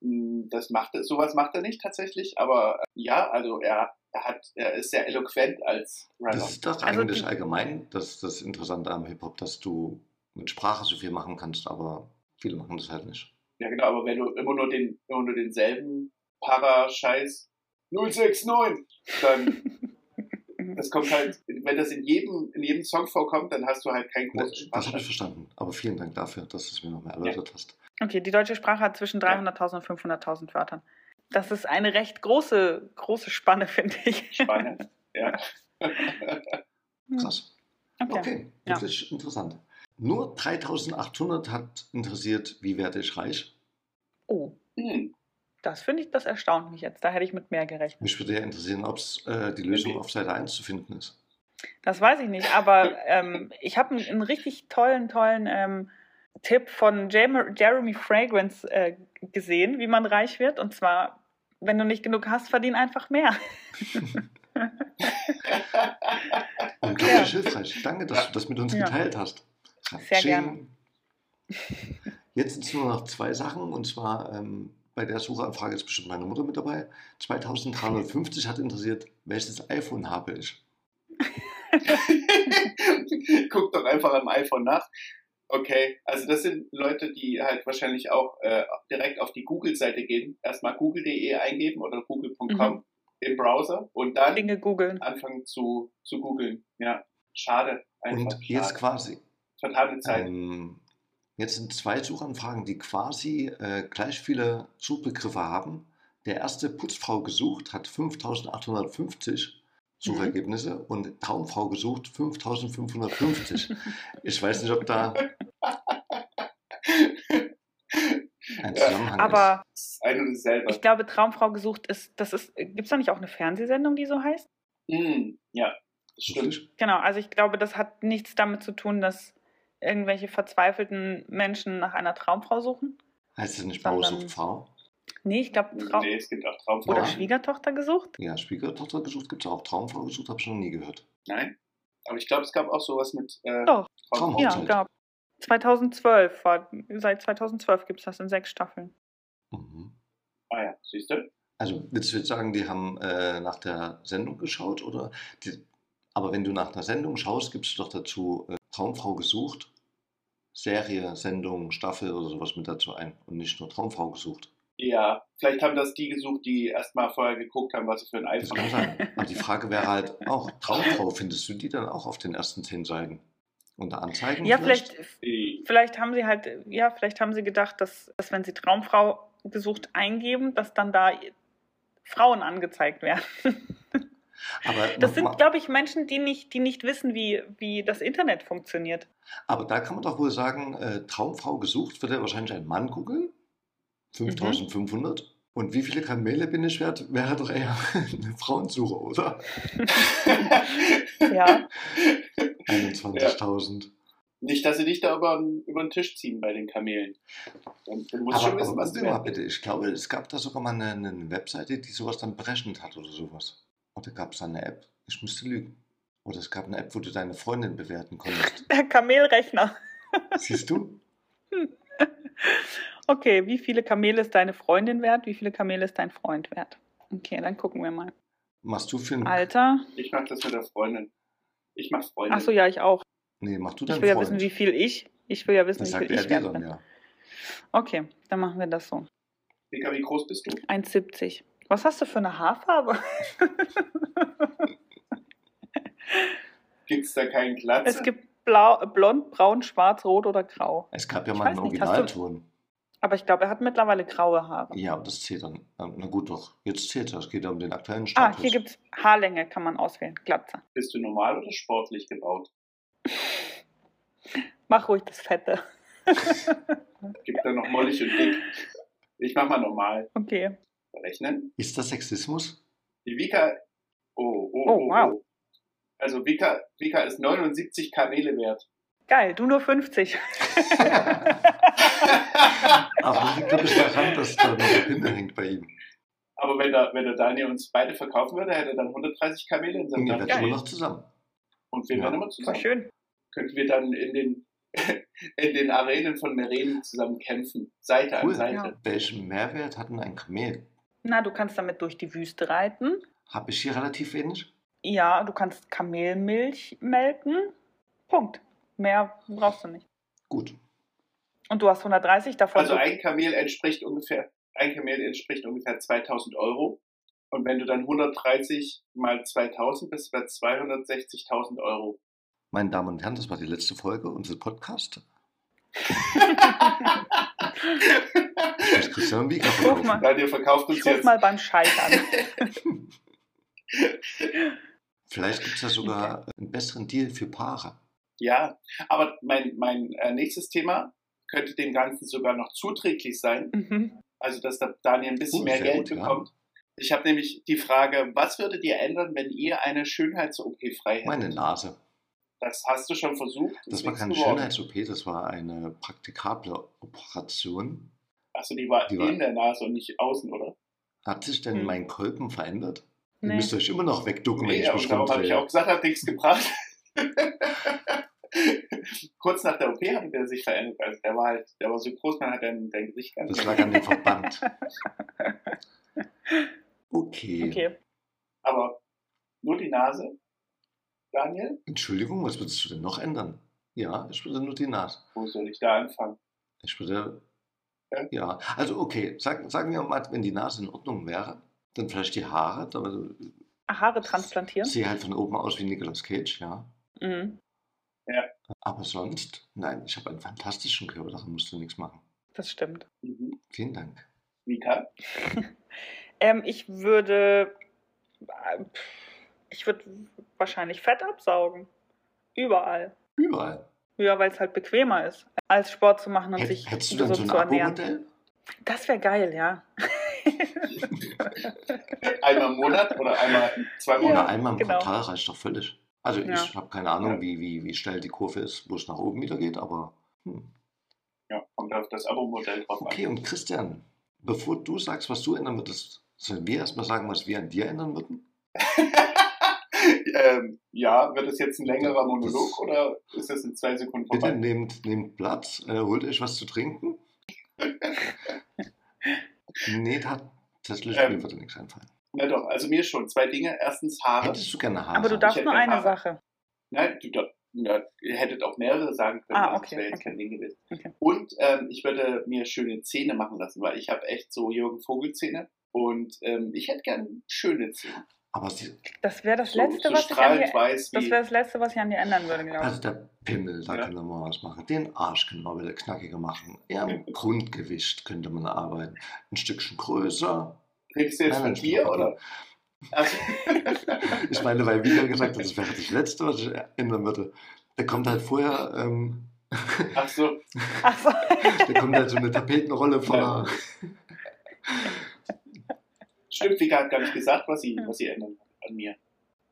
Speaker 3: Mm, Das macht er, sowas macht er nicht tatsächlich, aber äh, ja, also er, er hat, er ist sehr eloquent als Rapper.
Speaker 2: Das ist doch
Speaker 1: Also
Speaker 2: eigentlich
Speaker 1: die-
Speaker 2: allgemein das, das Interessante am Hip-Hop, dass du mit Sprache so viel machen kannst, aber viele machen das halt nicht.
Speaker 3: Ja genau, aber wenn du immer nur den, immer nur denselben Para-Scheiß 069, dann
Speaker 1: mhm.
Speaker 3: das kommt halt, wenn das in jedem, in jedem Song vorkommt, dann hast du halt keinen großen
Speaker 2: Das, das
Speaker 3: Spaß.
Speaker 2: habe ich verstanden. Aber vielen Dank dafür, dass du es mir nochmal erläutert hast.
Speaker 1: Okay, die deutsche Sprache hat zwischen 300.000 und 500.000 Wörtern. Das ist eine recht große, große Spanne, finde ich.
Speaker 3: Spanne. Ja.
Speaker 2: Krass.
Speaker 1: Hm, Okay.
Speaker 2: Okay,
Speaker 1: Mhm. Ja.
Speaker 2: wirklich interessant. Nur 3800 hat interessiert, wie werde ich reich?
Speaker 1: Oh,
Speaker 3: Hm.
Speaker 1: das finde ich, das erstaunt mich jetzt. Da hätte ich mit mehr gerechnet.
Speaker 2: Mich würde ja interessieren, ob es äh, die Lösung
Speaker 3: Okay.
Speaker 2: auf Seite 1 zu finden ist.
Speaker 1: Das weiß ich nicht, aber ähm, ich habe einen, einen richtig tollen, tollen ähm, Tipp von Jam Jeremy Fragrance äh, gesehen, wie man reich wird. Und zwar, wenn du nicht genug hast, verdien einfach mehr.
Speaker 2: Unglaublich hilfreich. Danke, dass du das mit uns
Speaker 1: Ja.
Speaker 2: geteilt hast.
Speaker 1: Sehr
Speaker 2: Tsching.
Speaker 1: gerne.
Speaker 2: Jetzt sind es nur noch zwei Sachen und zwar ähm, bei der Suchanfrage ist bestimmt meine Mutter mit dabei. 2350 hat interessiert, welches iPhone habe ich?
Speaker 3: Guck doch einfach am iPhone nach. Okay, also das sind Leute, die halt wahrscheinlich auch äh, direkt auf die Google-Seite gehen, erstmal google.de eingeben oder google.com
Speaker 1: Mhm.
Speaker 3: im Browser und dann
Speaker 1: Dinge googeln.
Speaker 3: anfangen zu, zu googeln. Ja, schade. Einfach
Speaker 2: Und jetzt
Speaker 3: schade.
Speaker 2: quasi,
Speaker 3: Vertane Zeit.
Speaker 2: Ähm, jetzt sind zwei Suchanfragen, die quasi äh, gleich viele Suchbegriffe haben. Der erste Putzfrau gesucht hat 5850 Suchergebnisse
Speaker 1: Mhm.
Speaker 2: und Traumfrau gesucht 5550. ich weiß nicht, ob da ein Zusammenhang ist.
Speaker 1: Aber
Speaker 3: Das ist ein und dasselbe.
Speaker 1: ich glaube, Traumfrau gesucht ist, das ist, gibt es da nicht auch eine Fernsehsendung, die so heißt?
Speaker 3: Hm, ja, das stimmt.
Speaker 2: Wirklich?
Speaker 1: Genau, also ich glaube, das hat nichts damit zu tun, dass irgendwelche verzweifelten Menschen nach einer Traumfrau suchen.
Speaker 2: Heißt das nicht Bauer
Speaker 1: Sondern-
Speaker 2: sucht Frau?
Speaker 1: Nee, ich glaube, Traum
Speaker 3: Nee, es gibt auch
Speaker 1: oder
Speaker 2: Ja.
Speaker 3: Traumfrauen.
Speaker 1: Schwiegertochter gesucht.
Speaker 2: Ja, Schwiegertochter gesucht gibt es auch. Traumfrau gesucht habe ich noch nie gehört.
Speaker 3: Nein. Aber ich glaube, es gab auch sowas mit äh,
Speaker 1: Doch.
Speaker 3: Traumfrauen.
Speaker 1: Ja,
Speaker 2: Hochzeit.
Speaker 1: gab. 2012 war, seit 2012 gibt es das in sechs Staffeln.
Speaker 2: Mhm.
Speaker 3: Ah ja, siehst du?
Speaker 2: Also würdest du jetzt sagen, die haben äh, nach der Sendung geschaut oder? Die, aber wenn du nach einer Sendung schaust, gibst du doch dazu äh, Traumfrau gesucht, Serie, Sendung, Staffel oder sowas mit dazu ein und nicht nur Traumfrau gesucht.
Speaker 3: Ja, vielleicht haben das die gesucht, die erstmal vorher geguckt haben, was sie für ein
Speaker 2: Das kann
Speaker 3: iPhone haben.
Speaker 2: sein. Aber die Frage wäre halt auch Traumfrau. Findest du die dann auch auf den ersten zehn Seiten unter Anzeigen?
Speaker 1: Ja, vielleicht,
Speaker 3: Die-
Speaker 1: vielleicht haben sie halt, ja, vielleicht haben sie gedacht, dass, dass wenn sie Traumfrau gesucht eingeben, dass dann da Frauen angezeigt werden.
Speaker 2: Aber,
Speaker 1: Das sind,
Speaker 2: nochmal-
Speaker 1: glaube ich, Menschen, die nicht, die nicht wissen, wie, wie das Internet funktioniert.
Speaker 2: aber da kann man doch wohl sagen, äh, Traumfrau gesucht wird ja wahrscheinlich ein Mann googeln.
Speaker 1: Mhm.
Speaker 2: 5500. Und wie viele Kamele bin ich wert? Wäre doch eher eine Frauensuche, oder?
Speaker 1: Ja,
Speaker 2: 21.000.
Speaker 3: Nicht, dass sie dich da über, über den Tisch ziehen bei den Kamelen. Dann, dann musst du schon
Speaker 2: Aber,
Speaker 3: wissen,
Speaker 2: aber
Speaker 3: was
Speaker 2: was
Speaker 3: du
Speaker 2: mal
Speaker 3: wert
Speaker 2: bitte, ich glaube, es gab da sogar mal eine, eine Webseite, die sowas dann berechnet hat oder sowas. Oder gab es da eine App? Ich müsste lügen. Oder es gab eine App, wo du deine Freundin bewerten konntest.
Speaker 1: der Kamelrechner.
Speaker 2: Siehst du?
Speaker 1: Okay, wie viele Kamele ist deine Freundin wert? Wie viele Kamele ist dein Freund wert? Okay, dann gucken wir mal.
Speaker 2: Machst du für einen.
Speaker 1: Alter.
Speaker 3: bist. Ich mach das mit der Freundin. Ich mach Freundin.
Speaker 1: Achso, ja, ich auch.
Speaker 2: Nee, mach du
Speaker 1: Ich
Speaker 2: deinen
Speaker 1: will ja
Speaker 2: Freund.
Speaker 1: wissen, wie viel ich. Ich will ja wissen,
Speaker 2: das
Speaker 1: wie
Speaker 2: sagt
Speaker 1: viel
Speaker 2: er
Speaker 1: ich
Speaker 2: dir
Speaker 1: wert
Speaker 2: dann,
Speaker 1: bin.
Speaker 2: ja.
Speaker 1: Okay, dann machen wir das so.
Speaker 3: Digga, wie groß bist du?
Speaker 1: 1,70. Was hast du für eine Haarfarbe?
Speaker 3: Gibt's da keinen Glatz?
Speaker 1: Es gibt blau, blond, braun, schwarz, rot oder grau.
Speaker 2: Es gab ja
Speaker 1: Ich
Speaker 2: mal einen
Speaker 1: weiß nicht, hast du-
Speaker 2: Originalton.
Speaker 1: Aber ich glaube, er hat mittlerweile graue Haare.
Speaker 2: Ja, aber das zählt dann. Ähm, Na na gut, doch. Jetzt zählt das. Es geht ja um den aktuellen
Speaker 1: Ah,
Speaker 2: Status.
Speaker 1: hier gibt's Haarlänge, kann man auswählen. Glatze.
Speaker 3: Bist du normal oder sportlich gebaut?
Speaker 1: Mach ruhig das Fette.
Speaker 3: Gibt da noch mollig und dick. Ich mach mal normal.
Speaker 1: Okay.
Speaker 3: Rechnen.
Speaker 2: Ist das Sexismus?
Speaker 3: Die Vika. Oh, oh, oh.
Speaker 1: Oh, wow.
Speaker 3: oh. Also Vika, Vika ist 79 Kanäle wert.
Speaker 1: Geil, du nur 50.
Speaker 2: Aber das liegt, glaube ich, daran, dass da noch ein Pinsel hängt bei ihm.
Speaker 3: Aber wenn der, wenn der Daniel uns beide verkaufen würde, hätte er dann 130 Kamele in
Speaker 2: Und
Speaker 3: seinem
Speaker 2: ihr werdet
Speaker 3: Garten.
Speaker 1: Geil.
Speaker 2: immer noch zusammen.
Speaker 3: Und wir
Speaker 2: Ja.
Speaker 3: wären immer
Speaker 1: Voll
Speaker 3: zusammen.
Speaker 1: schön.
Speaker 3: Könnten wir dann in den, in den Arenen von Meren zusammen kämpfen. Seite
Speaker 2: Cool.
Speaker 3: an Seite.
Speaker 1: Ja.
Speaker 2: Welchen Mehrwert hat denn ein Kamel?
Speaker 1: Na, du kannst damit durch die Wüste reiten.
Speaker 2: Habe ich hier relativ wenig?
Speaker 1: Ja, du kannst Kamelmilch melken. Punkt. Mehr brauchst du nicht.
Speaker 2: Gut.
Speaker 1: Und du hast 130 davon.
Speaker 3: Also ein Kamel entspricht ungefähr, ein Kamel entspricht ungefähr 2000 Euro. Und wenn du dann 130 mal 2000 bist, bei 260.000 Euro.
Speaker 2: Meine Damen und Herren, das war die letzte Folge unseres Podcasts. Mit Christian Wieger.
Speaker 1: Guck mal.
Speaker 3: Daniel verkauft uns
Speaker 1: ich ruf
Speaker 3: jetzt.
Speaker 1: mal beim Scheitern.
Speaker 2: Vielleicht gibt es ja sogar einen besseren Deal für Paare.
Speaker 3: Ja, aber mein, mein äh, nächstes Thema könnte dem Ganzen sogar noch zuträglich sein.
Speaker 1: mhm.
Speaker 3: Also, dass der Daniel ein bisschen
Speaker 2: Oh,
Speaker 3: mehr
Speaker 2: sehr
Speaker 3: Geld
Speaker 2: gut, ja.
Speaker 3: bekommt. Ich habe nämlich die Frage, was würdet ihr ändern, wenn ihr eine Schönheits-OP frei hättet?
Speaker 2: Meine Nase.
Speaker 3: Das hast du schon versucht.
Speaker 2: Das war keine Schönheits-OP, das war eine praktikable Operation.
Speaker 3: Achso, die war
Speaker 2: Die war-
Speaker 3: in der Nase und nicht außen, oder?
Speaker 2: Hat sich denn
Speaker 1: Hm.
Speaker 2: mein Kolben verändert? Ihr
Speaker 1: nee.
Speaker 2: müsst euch immer noch wegducken, wenn
Speaker 3: Nee,
Speaker 2: ich äh,
Speaker 3: aber
Speaker 2: mich
Speaker 3: darum habe ich
Speaker 2: rumdrehe.
Speaker 3: auch gesagt, hat nichts gebracht. Kurz nach der OP hatte der sich verändert. Also der war halt, der war so groß, man hat dein, dein Gesicht ganz
Speaker 2: Das lag an dem Verband. Okay.
Speaker 1: Okay.
Speaker 3: Aber nur die Nase, Daniel?
Speaker 2: Entschuldigung, was würdest du denn noch ändern? Ja, ich würde nur die Nase.
Speaker 3: Wo soll ich da anfangen?
Speaker 2: Ich würde.
Speaker 3: Ja.
Speaker 2: Ja, also okay, Sag, sagen wir mal, wenn die Nase in Ordnung wäre, dann vielleicht die Haare, aber
Speaker 1: Haare transplantieren.
Speaker 2: sehe halt von oben aus wie Nicolas Cage, ja.
Speaker 1: Mhm.
Speaker 2: Aber sonst, nein, ich habe einen fantastischen Körper, daran musst du nichts machen.
Speaker 1: Das stimmt.
Speaker 3: Mhm.
Speaker 2: Vielen Dank.
Speaker 3: Mika?
Speaker 1: Ähm, ich würde. äh, Ich würde wahrscheinlich Fett absaugen. Überall.
Speaker 2: Überall.
Speaker 1: Ja, weil es halt bequemer ist, als Sport zu machen und
Speaker 2: Hätt,
Speaker 1: sich
Speaker 2: hättest du dann
Speaker 1: gesund
Speaker 2: so ein
Speaker 1: zu ernähren.
Speaker 2: Abo-Modell?
Speaker 1: Das wäre geil, ja.
Speaker 3: Einmal im Monat oder einmal zwei
Speaker 1: Ja.
Speaker 2: Oder
Speaker 3: Monate?
Speaker 2: einmal im
Speaker 1: genau.
Speaker 2: Quartal reicht doch völlig. Also
Speaker 1: Ja.
Speaker 2: ich habe keine Ahnung, wie, wie, wie schnell die Kurve ist, wo es nach oben wieder geht, aber hm.
Speaker 3: Ja, kommt auf das Abo-Modell drauf
Speaker 2: Okay, und Christian, bevor du sagst, was du ändern würdest, sollen wir erstmal sagen, was wir an dir ändern würden?
Speaker 3: an. ähm, ja, wird das jetzt ein längerer Monolog
Speaker 2: Das-
Speaker 3: oder ist das in zwei Sekunden
Speaker 2: Bitte
Speaker 3: vorbei?
Speaker 2: nehmt, nehmt Platz, äh, holt euch was zu trinken. nee, tatsächlich
Speaker 3: Ähm.
Speaker 2: mir würde nichts einfallen.
Speaker 3: Na doch, also mir schon. Zwei Dinge. Erstens Haare.
Speaker 2: Hättest du gerne Haare?
Speaker 1: Aber du
Speaker 3: ich
Speaker 1: darfst
Speaker 3: hätte
Speaker 1: nur
Speaker 3: gerne
Speaker 1: eine
Speaker 3: Haare.
Speaker 1: Sache.
Speaker 3: Nein, du, da- na, ihr hättet auch mehrere sagen können,
Speaker 1: Ah,
Speaker 3: aber das
Speaker 1: okay,
Speaker 3: wäre jetzt
Speaker 1: okay.
Speaker 3: kein Ding gewesen.
Speaker 1: Okay.
Speaker 3: Und ähm, ich würde mir schöne Zähne machen lassen, weil ich habe echt so Jürgen Vogelzähne und ähm, ich hätte gern schöne Zähne.
Speaker 2: Aber sie,
Speaker 1: Das wäre das
Speaker 3: So,
Speaker 1: Letzte,
Speaker 3: so
Speaker 1: was ich an
Speaker 3: strahlend
Speaker 1: dir,
Speaker 3: weiß
Speaker 1: das
Speaker 3: wie.
Speaker 1: wäre das Letzte, was ich an dir ändern würde, glaube ich.
Speaker 2: also der Pimmel, da
Speaker 3: Ja.
Speaker 2: könnte man was machen. Den Arsch können wir wieder knackiger machen. Ja, am Grundgewicht könnte man arbeiten. Ein Stückchen größer.
Speaker 3: Redest du jetzt
Speaker 2: Nein,
Speaker 3: von
Speaker 2: nein,
Speaker 3: dir
Speaker 2: stopp.
Speaker 3: oder? Also,
Speaker 2: Ich meine, weil Wieger gesagt hat, das wäre das Letzte, was ich ändern würde. Da kommt halt vorher, ähm,
Speaker 3: ach so,
Speaker 1: Ach so.
Speaker 2: da kommt halt so eine Tapetenrolle voller.
Speaker 3: stimmt, Vika hat gar nicht gesagt, was sie, was sie ändern an mir.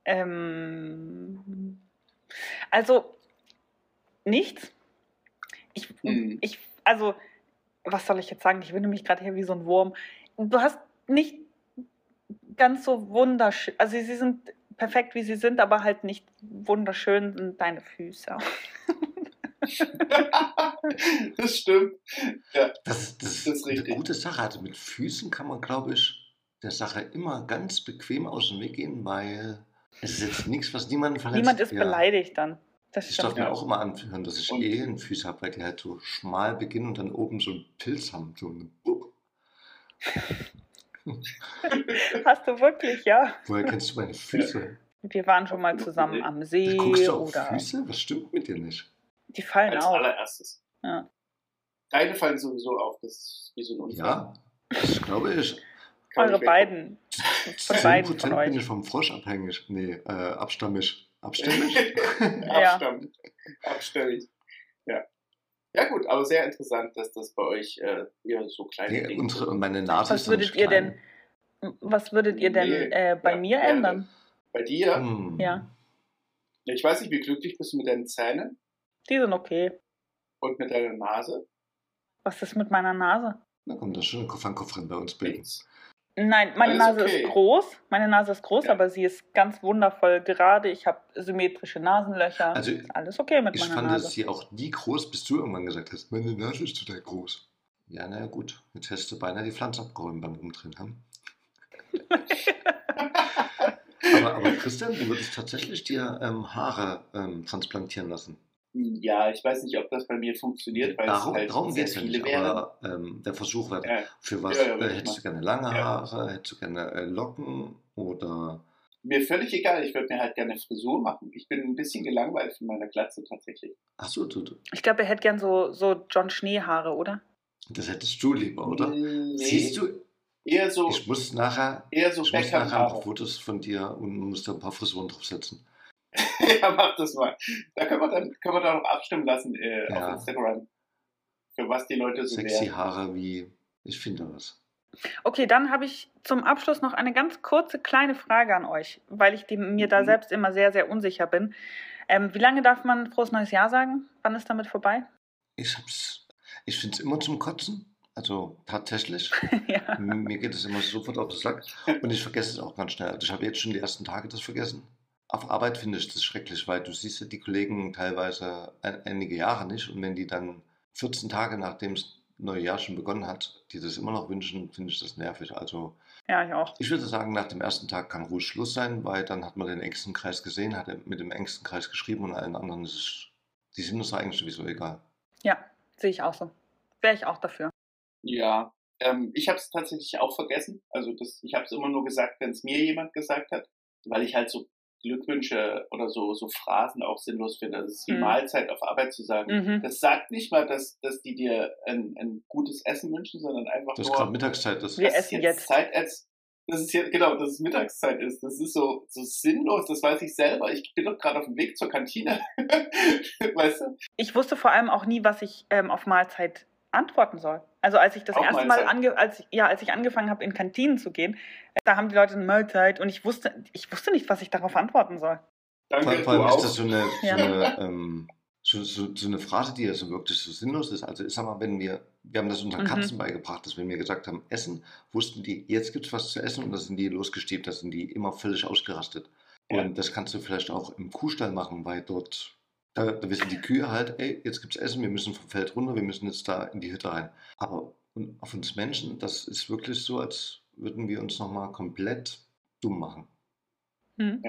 Speaker 1: Ähm, also nichts. Ich,
Speaker 2: Hm.
Speaker 3: Mhm.
Speaker 1: ich, also, was soll ich jetzt sagen? Ich winde mich gerade hier wie so ein Wurm. Du hast nicht ganz so wunderschön. Also sie sind perfekt, wie sie sind, aber halt nicht wunderschön sind deine Füße.
Speaker 3: das stimmt.
Speaker 2: Das, das,
Speaker 3: Das ist
Speaker 2: ist eine
Speaker 3: richtig.
Speaker 2: gute Sache. Also mit Füßen kann man, glaube ich, der Sache immer ganz bequem aus dem Weg gehen, weil es ist jetzt nichts, was niemanden verletzt.
Speaker 1: Niemand ist
Speaker 2: ja.
Speaker 1: beleidigt dann. Das
Speaker 2: Ich darf
Speaker 1: stimmt.
Speaker 2: mir
Speaker 3: Ja.
Speaker 2: auch immer anhören, dass ich
Speaker 3: Und-
Speaker 2: eh einen Füße habe, weil die halt so schmal beginnen und dann oben so einen Pilz haben. So einen Bub.
Speaker 1: Hast du wirklich, ja?
Speaker 2: Woher kennst du meine Füße?
Speaker 1: Wir waren schon mal zusammen am See
Speaker 2: Du guckst du auf
Speaker 1: oder
Speaker 2: Füße? Was stimmt mit dir nicht?
Speaker 1: die fallen
Speaker 3: Als
Speaker 1: auf.
Speaker 3: allererstes.
Speaker 1: Genau. Ja.
Speaker 3: Deine fallen sowieso auf, das ist wie so ein Unfall.
Speaker 2: Ja, das glaube ich.
Speaker 3: Kann
Speaker 1: Eure
Speaker 3: ich weg-
Speaker 1: beiden. Von beiden von
Speaker 2: 10% bin ich
Speaker 1: euch.
Speaker 2: vom Frosch abhängig. Nee, äh, abstammig. Abstammig?
Speaker 1: Ja.
Speaker 3: Abstand. Abstellig. Ja. Ja gut, aber sehr interessant, dass das bei euch äh, eher so kleine
Speaker 2: nee,
Speaker 3: Dinge
Speaker 2: unsere,
Speaker 3: sind.
Speaker 2: meine Nase
Speaker 1: Was
Speaker 2: ist noch nicht
Speaker 1: würdet ihr
Speaker 2: klein.
Speaker 1: Was würdet ihr denn
Speaker 3: Nee,
Speaker 1: äh, bei
Speaker 3: ja,
Speaker 1: mir
Speaker 3: ja,
Speaker 1: ändern?
Speaker 3: Bei dir,
Speaker 2: Hm.
Speaker 1: Ja.
Speaker 3: ich weiß nicht, wie glücklich bist du mit deinen Zähnen
Speaker 1: Die sind okay.
Speaker 3: und mit deiner Nase?
Speaker 1: Was ist mit meiner Nase?
Speaker 2: Da kommt das schon ein Kofferin bei uns bilden.
Speaker 3: Nichts.
Speaker 1: Nein, meine
Speaker 3: Alles
Speaker 1: Nase
Speaker 3: okay.
Speaker 1: ist groß. Meine Nase ist groß,
Speaker 3: Ja.
Speaker 1: aber sie ist ganz wundervoll gerade. Ich habe symmetrische Nasenlöcher.
Speaker 2: Also,
Speaker 1: ist alles okay mit
Speaker 2: Ich
Speaker 1: meiner
Speaker 2: fand
Speaker 1: Nase.
Speaker 2: sie auch nie groß, bis du irgendwann gesagt hast, meine Nase ist total groß. Ja, naja, gut. Jetzt hättest du beinahe die Pflanze abgeräumt beim Umdrehen. Hm? aber, aber Christian, du würdest tatsächlich dir ähm, Haare ähm, transplantieren lassen.
Speaker 3: hm, Ja, ich weiß nicht, ob das bei mir funktioniert, weil
Speaker 2: Darum,
Speaker 3: es halt
Speaker 2: darum
Speaker 3: sehr
Speaker 2: geht es ja
Speaker 3: viele
Speaker 2: nicht,
Speaker 3: wären.
Speaker 2: aber ähm, der Versuch war,
Speaker 3: Ja.
Speaker 2: für was
Speaker 3: Ja, ja,
Speaker 2: äh,
Speaker 3: würde ich
Speaker 2: hättest du gerne lange
Speaker 3: Ja.
Speaker 2: Haare, hättest du gerne äh, Locken oder
Speaker 3: Mir völlig egal, ich würde mir halt gerne Frisur machen. Ich bin ein bisschen gelangweilt von meiner Glatze tatsächlich.
Speaker 2: achso, du, du,
Speaker 1: Ich glaube, er hätte gern so, so John Schneehaare, oder?
Speaker 2: das hättest du lieber, oder?
Speaker 3: Hm, Nee,
Speaker 2: Siehst du,
Speaker 3: Eher so,
Speaker 2: ich muss nachher,
Speaker 3: eher so halt
Speaker 2: ich muss nachher ein paar
Speaker 3: Bäcker.
Speaker 2: Fotos von dir und muss da ein paar Frisuren draufsetzen.
Speaker 3: ja, mach das mal. Da können wir dann können wir da noch abstimmen lassen äh,
Speaker 2: Ja.
Speaker 3: auf Instagram. Für was die Leute so
Speaker 2: Sexy
Speaker 3: wären.
Speaker 2: Haare wie, ich finde was.
Speaker 1: Okay, dann habe ich zum Abschluss noch eine ganz kurze kleine Frage an euch, weil ich die, mir da
Speaker 3: Mhm.
Speaker 1: selbst immer sehr, sehr unsicher bin. Ähm, wie lange darf man frohes neues Jahr sagen? Wann ist damit vorbei?
Speaker 2: Ich hab's, ich finde es immer zum Kotzen, also tatsächlich.
Speaker 1: ja.
Speaker 2: Mir geht es immer sofort auf den Sack und ich vergesse es auch ganz schnell. Also ich habe jetzt schon die ersten Tage das vergessen. Auf Arbeit finde ich das schrecklich, weil du siehst ja die Kollegen teilweise ein, einige Jahre nicht und wenn die dann 14 Tage nachdem das neue Jahr schon begonnen hat, die das immer noch wünschen, finde ich das nervig. Also
Speaker 1: ja, ich auch.
Speaker 2: ich würde sagen, nach dem ersten Tag kann ruhig Schluss sein, weil dann hat man den engsten Kreis gesehen, hat mit dem engsten Kreis geschrieben und allen anderen ist es, die sind uns eigentlich sowieso egal.
Speaker 1: Ja, sehe ich auch so. Wäre ich auch dafür.
Speaker 3: Ja. Ähm, ich habe es tatsächlich auch vergessen. Also das, ich habe es immer nur gesagt, wenn es mir jemand gesagt hat, weil ich halt so Glückwünsche oder so, so Phrasen auch sinnlos finde. Das ist die
Speaker 1: Mhm.
Speaker 3: Mahlzeit auf Arbeit zu sagen.
Speaker 1: Mhm.
Speaker 3: Das sagt nicht mal, dass, dass die dir ein, ein gutes Essen wünschen, sondern einfach
Speaker 2: Das ist
Speaker 3: nur,
Speaker 2: gerade Mittagszeit, das
Speaker 1: Wir
Speaker 3: dass es
Speaker 1: essen jetzt.
Speaker 3: Zeit als, das ist jetzt, genau, dass es Mittagszeit ist. Das ist so, so sinnlos, das weiß ich selber. Ich bin doch gerade auf dem Weg zur Kantine. weißt du?
Speaker 1: Ich wusste vor allem auch nie, was ich ähm, auf Mahlzeit antworten soll. Also als ich das
Speaker 3: Auf
Speaker 1: erste Mal
Speaker 3: Mahlzeit.
Speaker 1: ange als, ja, als ich angefangen habe, in Kantinen zu gehen, äh, da haben die Leute eine Mahlzeit und ich wusste, ich wusste nicht, was ich darauf antworten soll.
Speaker 2: Vor,
Speaker 3: Danke,
Speaker 2: vor
Speaker 3: du
Speaker 2: allem ist
Speaker 3: auch.
Speaker 2: das so eine,
Speaker 1: Ja.
Speaker 2: so, eine, ähm, so, so, so eine Phrase, die ja so wirklich so sinnlos ist. Also ich sag mal, wenn wir, wir haben das unseren
Speaker 1: Mhm.
Speaker 2: Katzen beigebracht, dass wenn wir gesagt haben, Essen, wussten die, jetzt gibt's was zu essen und da sind die losgestiebt, da sind die immer völlig ausgerastet.
Speaker 3: Ja.
Speaker 2: Und das kannst du vielleicht auch im Kuhstall machen, weil dort, da, da wissen die Kühe halt, ey, jetzt gibt's Essen, wir müssen vom Feld runter, wir müssen jetzt da in die Hütte rein. Aber und auf uns Menschen, das ist wirklich so, als würden wir uns nochmal komplett dumm machen.
Speaker 1: Hm?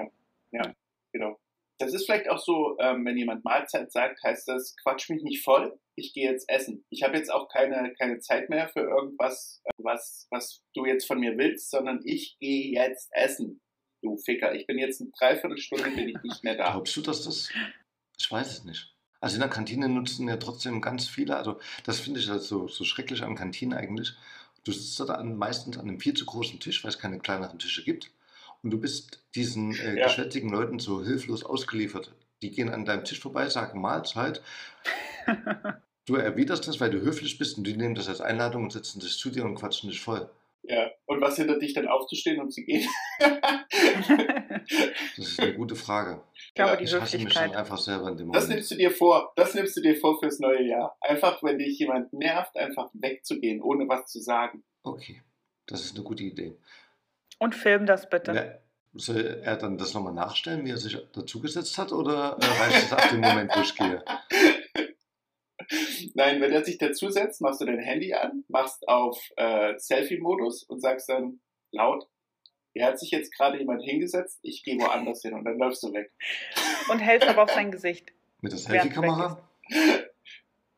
Speaker 3: Genau. Das ist vielleicht auch so, ähm, wenn jemand Mahlzeit sagt, heißt das, quatsch mich nicht voll, ich gehe jetzt essen. Ich habe jetzt auch keine, keine Zeit mehr für irgendwas, äh, was, was du jetzt von mir willst, sondern ich gehe jetzt essen. Du Ficker, ich bin jetzt eine Dreiviertelstunde, bin ich nicht mehr da.
Speaker 2: Glaubst du, dass das. Ich weiß es nicht. Also in der Kantine nutzen ja trotzdem ganz viele, also das finde ich halt so, so schrecklich an Kantinen eigentlich. Du sitzt da an, meistens an einem viel zu großen Tisch, weil es keine kleineren Tische gibt. Und du bist diesen äh,
Speaker 3: Ja.
Speaker 2: geschwätzigen Leuten so hilflos ausgeliefert. Die gehen an deinem Tisch vorbei, sagen Mahlzeit. Du erwiderst das, weil du höflich bist und die nehmen das als Einladung und sitzen dich zu dir und quatschen dich voll.
Speaker 3: Ja. Und was hindert dich dann aufzustehen und zu gehen?
Speaker 2: Das ist eine gute Frage.
Speaker 1: Ich glaube,
Speaker 3: Ja,
Speaker 1: die
Speaker 2: Ich hasse mich dann
Speaker 1: Höflichkeit.
Speaker 2: einfach selber in dem
Speaker 3: Das
Speaker 2: Moment.
Speaker 3: nimmst du dir vor. Das nimmst du dir vor fürs neue Jahr. Einfach, wenn dich jemand nervt, einfach wegzugehen, ohne was zu sagen.
Speaker 2: Okay, das ist eine gute Idee.
Speaker 1: Und film das bitte.
Speaker 2: Wer, soll er dann das nochmal nachstellen, wie er sich dazugesetzt hat, oder äh, reicht es ab dem Moment, wo ich gehe?
Speaker 3: Nein, wenn er sich dazusetzt, machst du dein Handy an, machst auf äh, Selfie-Modus und sagst dann laut, hier hat sich jetzt gerade jemand hingesetzt, ich gehe woanders hin und dann läufst du weg.
Speaker 1: Und hältst aber auf sein Gesicht.
Speaker 2: Mit der
Speaker 1: Während
Speaker 2: Selfie-Kamera?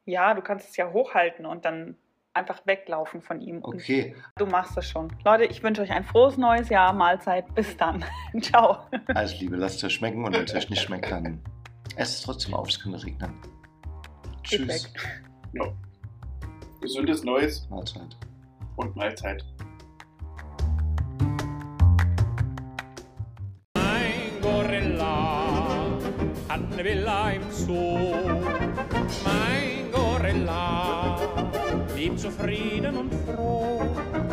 Speaker 1: Ja, du kannst es ja hochhalten und dann einfach weglaufen von ihm. Und
Speaker 2: Okay,
Speaker 1: Du machst das schon. Leute, ich wünsche euch ein frohes neues Jahr, Mahlzeit. Bis dann. Ciao.
Speaker 2: alles Also, Liebe, lasst es euch schmecken und wenn es euch nicht schmeckt, dann esst es trotzdem auf, es könnte regnen.
Speaker 1: Geht
Speaker 2: Tschüss.
Speaker 1: weg.
Speaker 3: gesundes Neues
Speaker 2: Mahlzeit.
Speaker 3: und Mahlzeit.
Speaker 4: Mein Gorilla hat eine Villa im Zoo. Mein Gorilla lebt zufrieden und froh.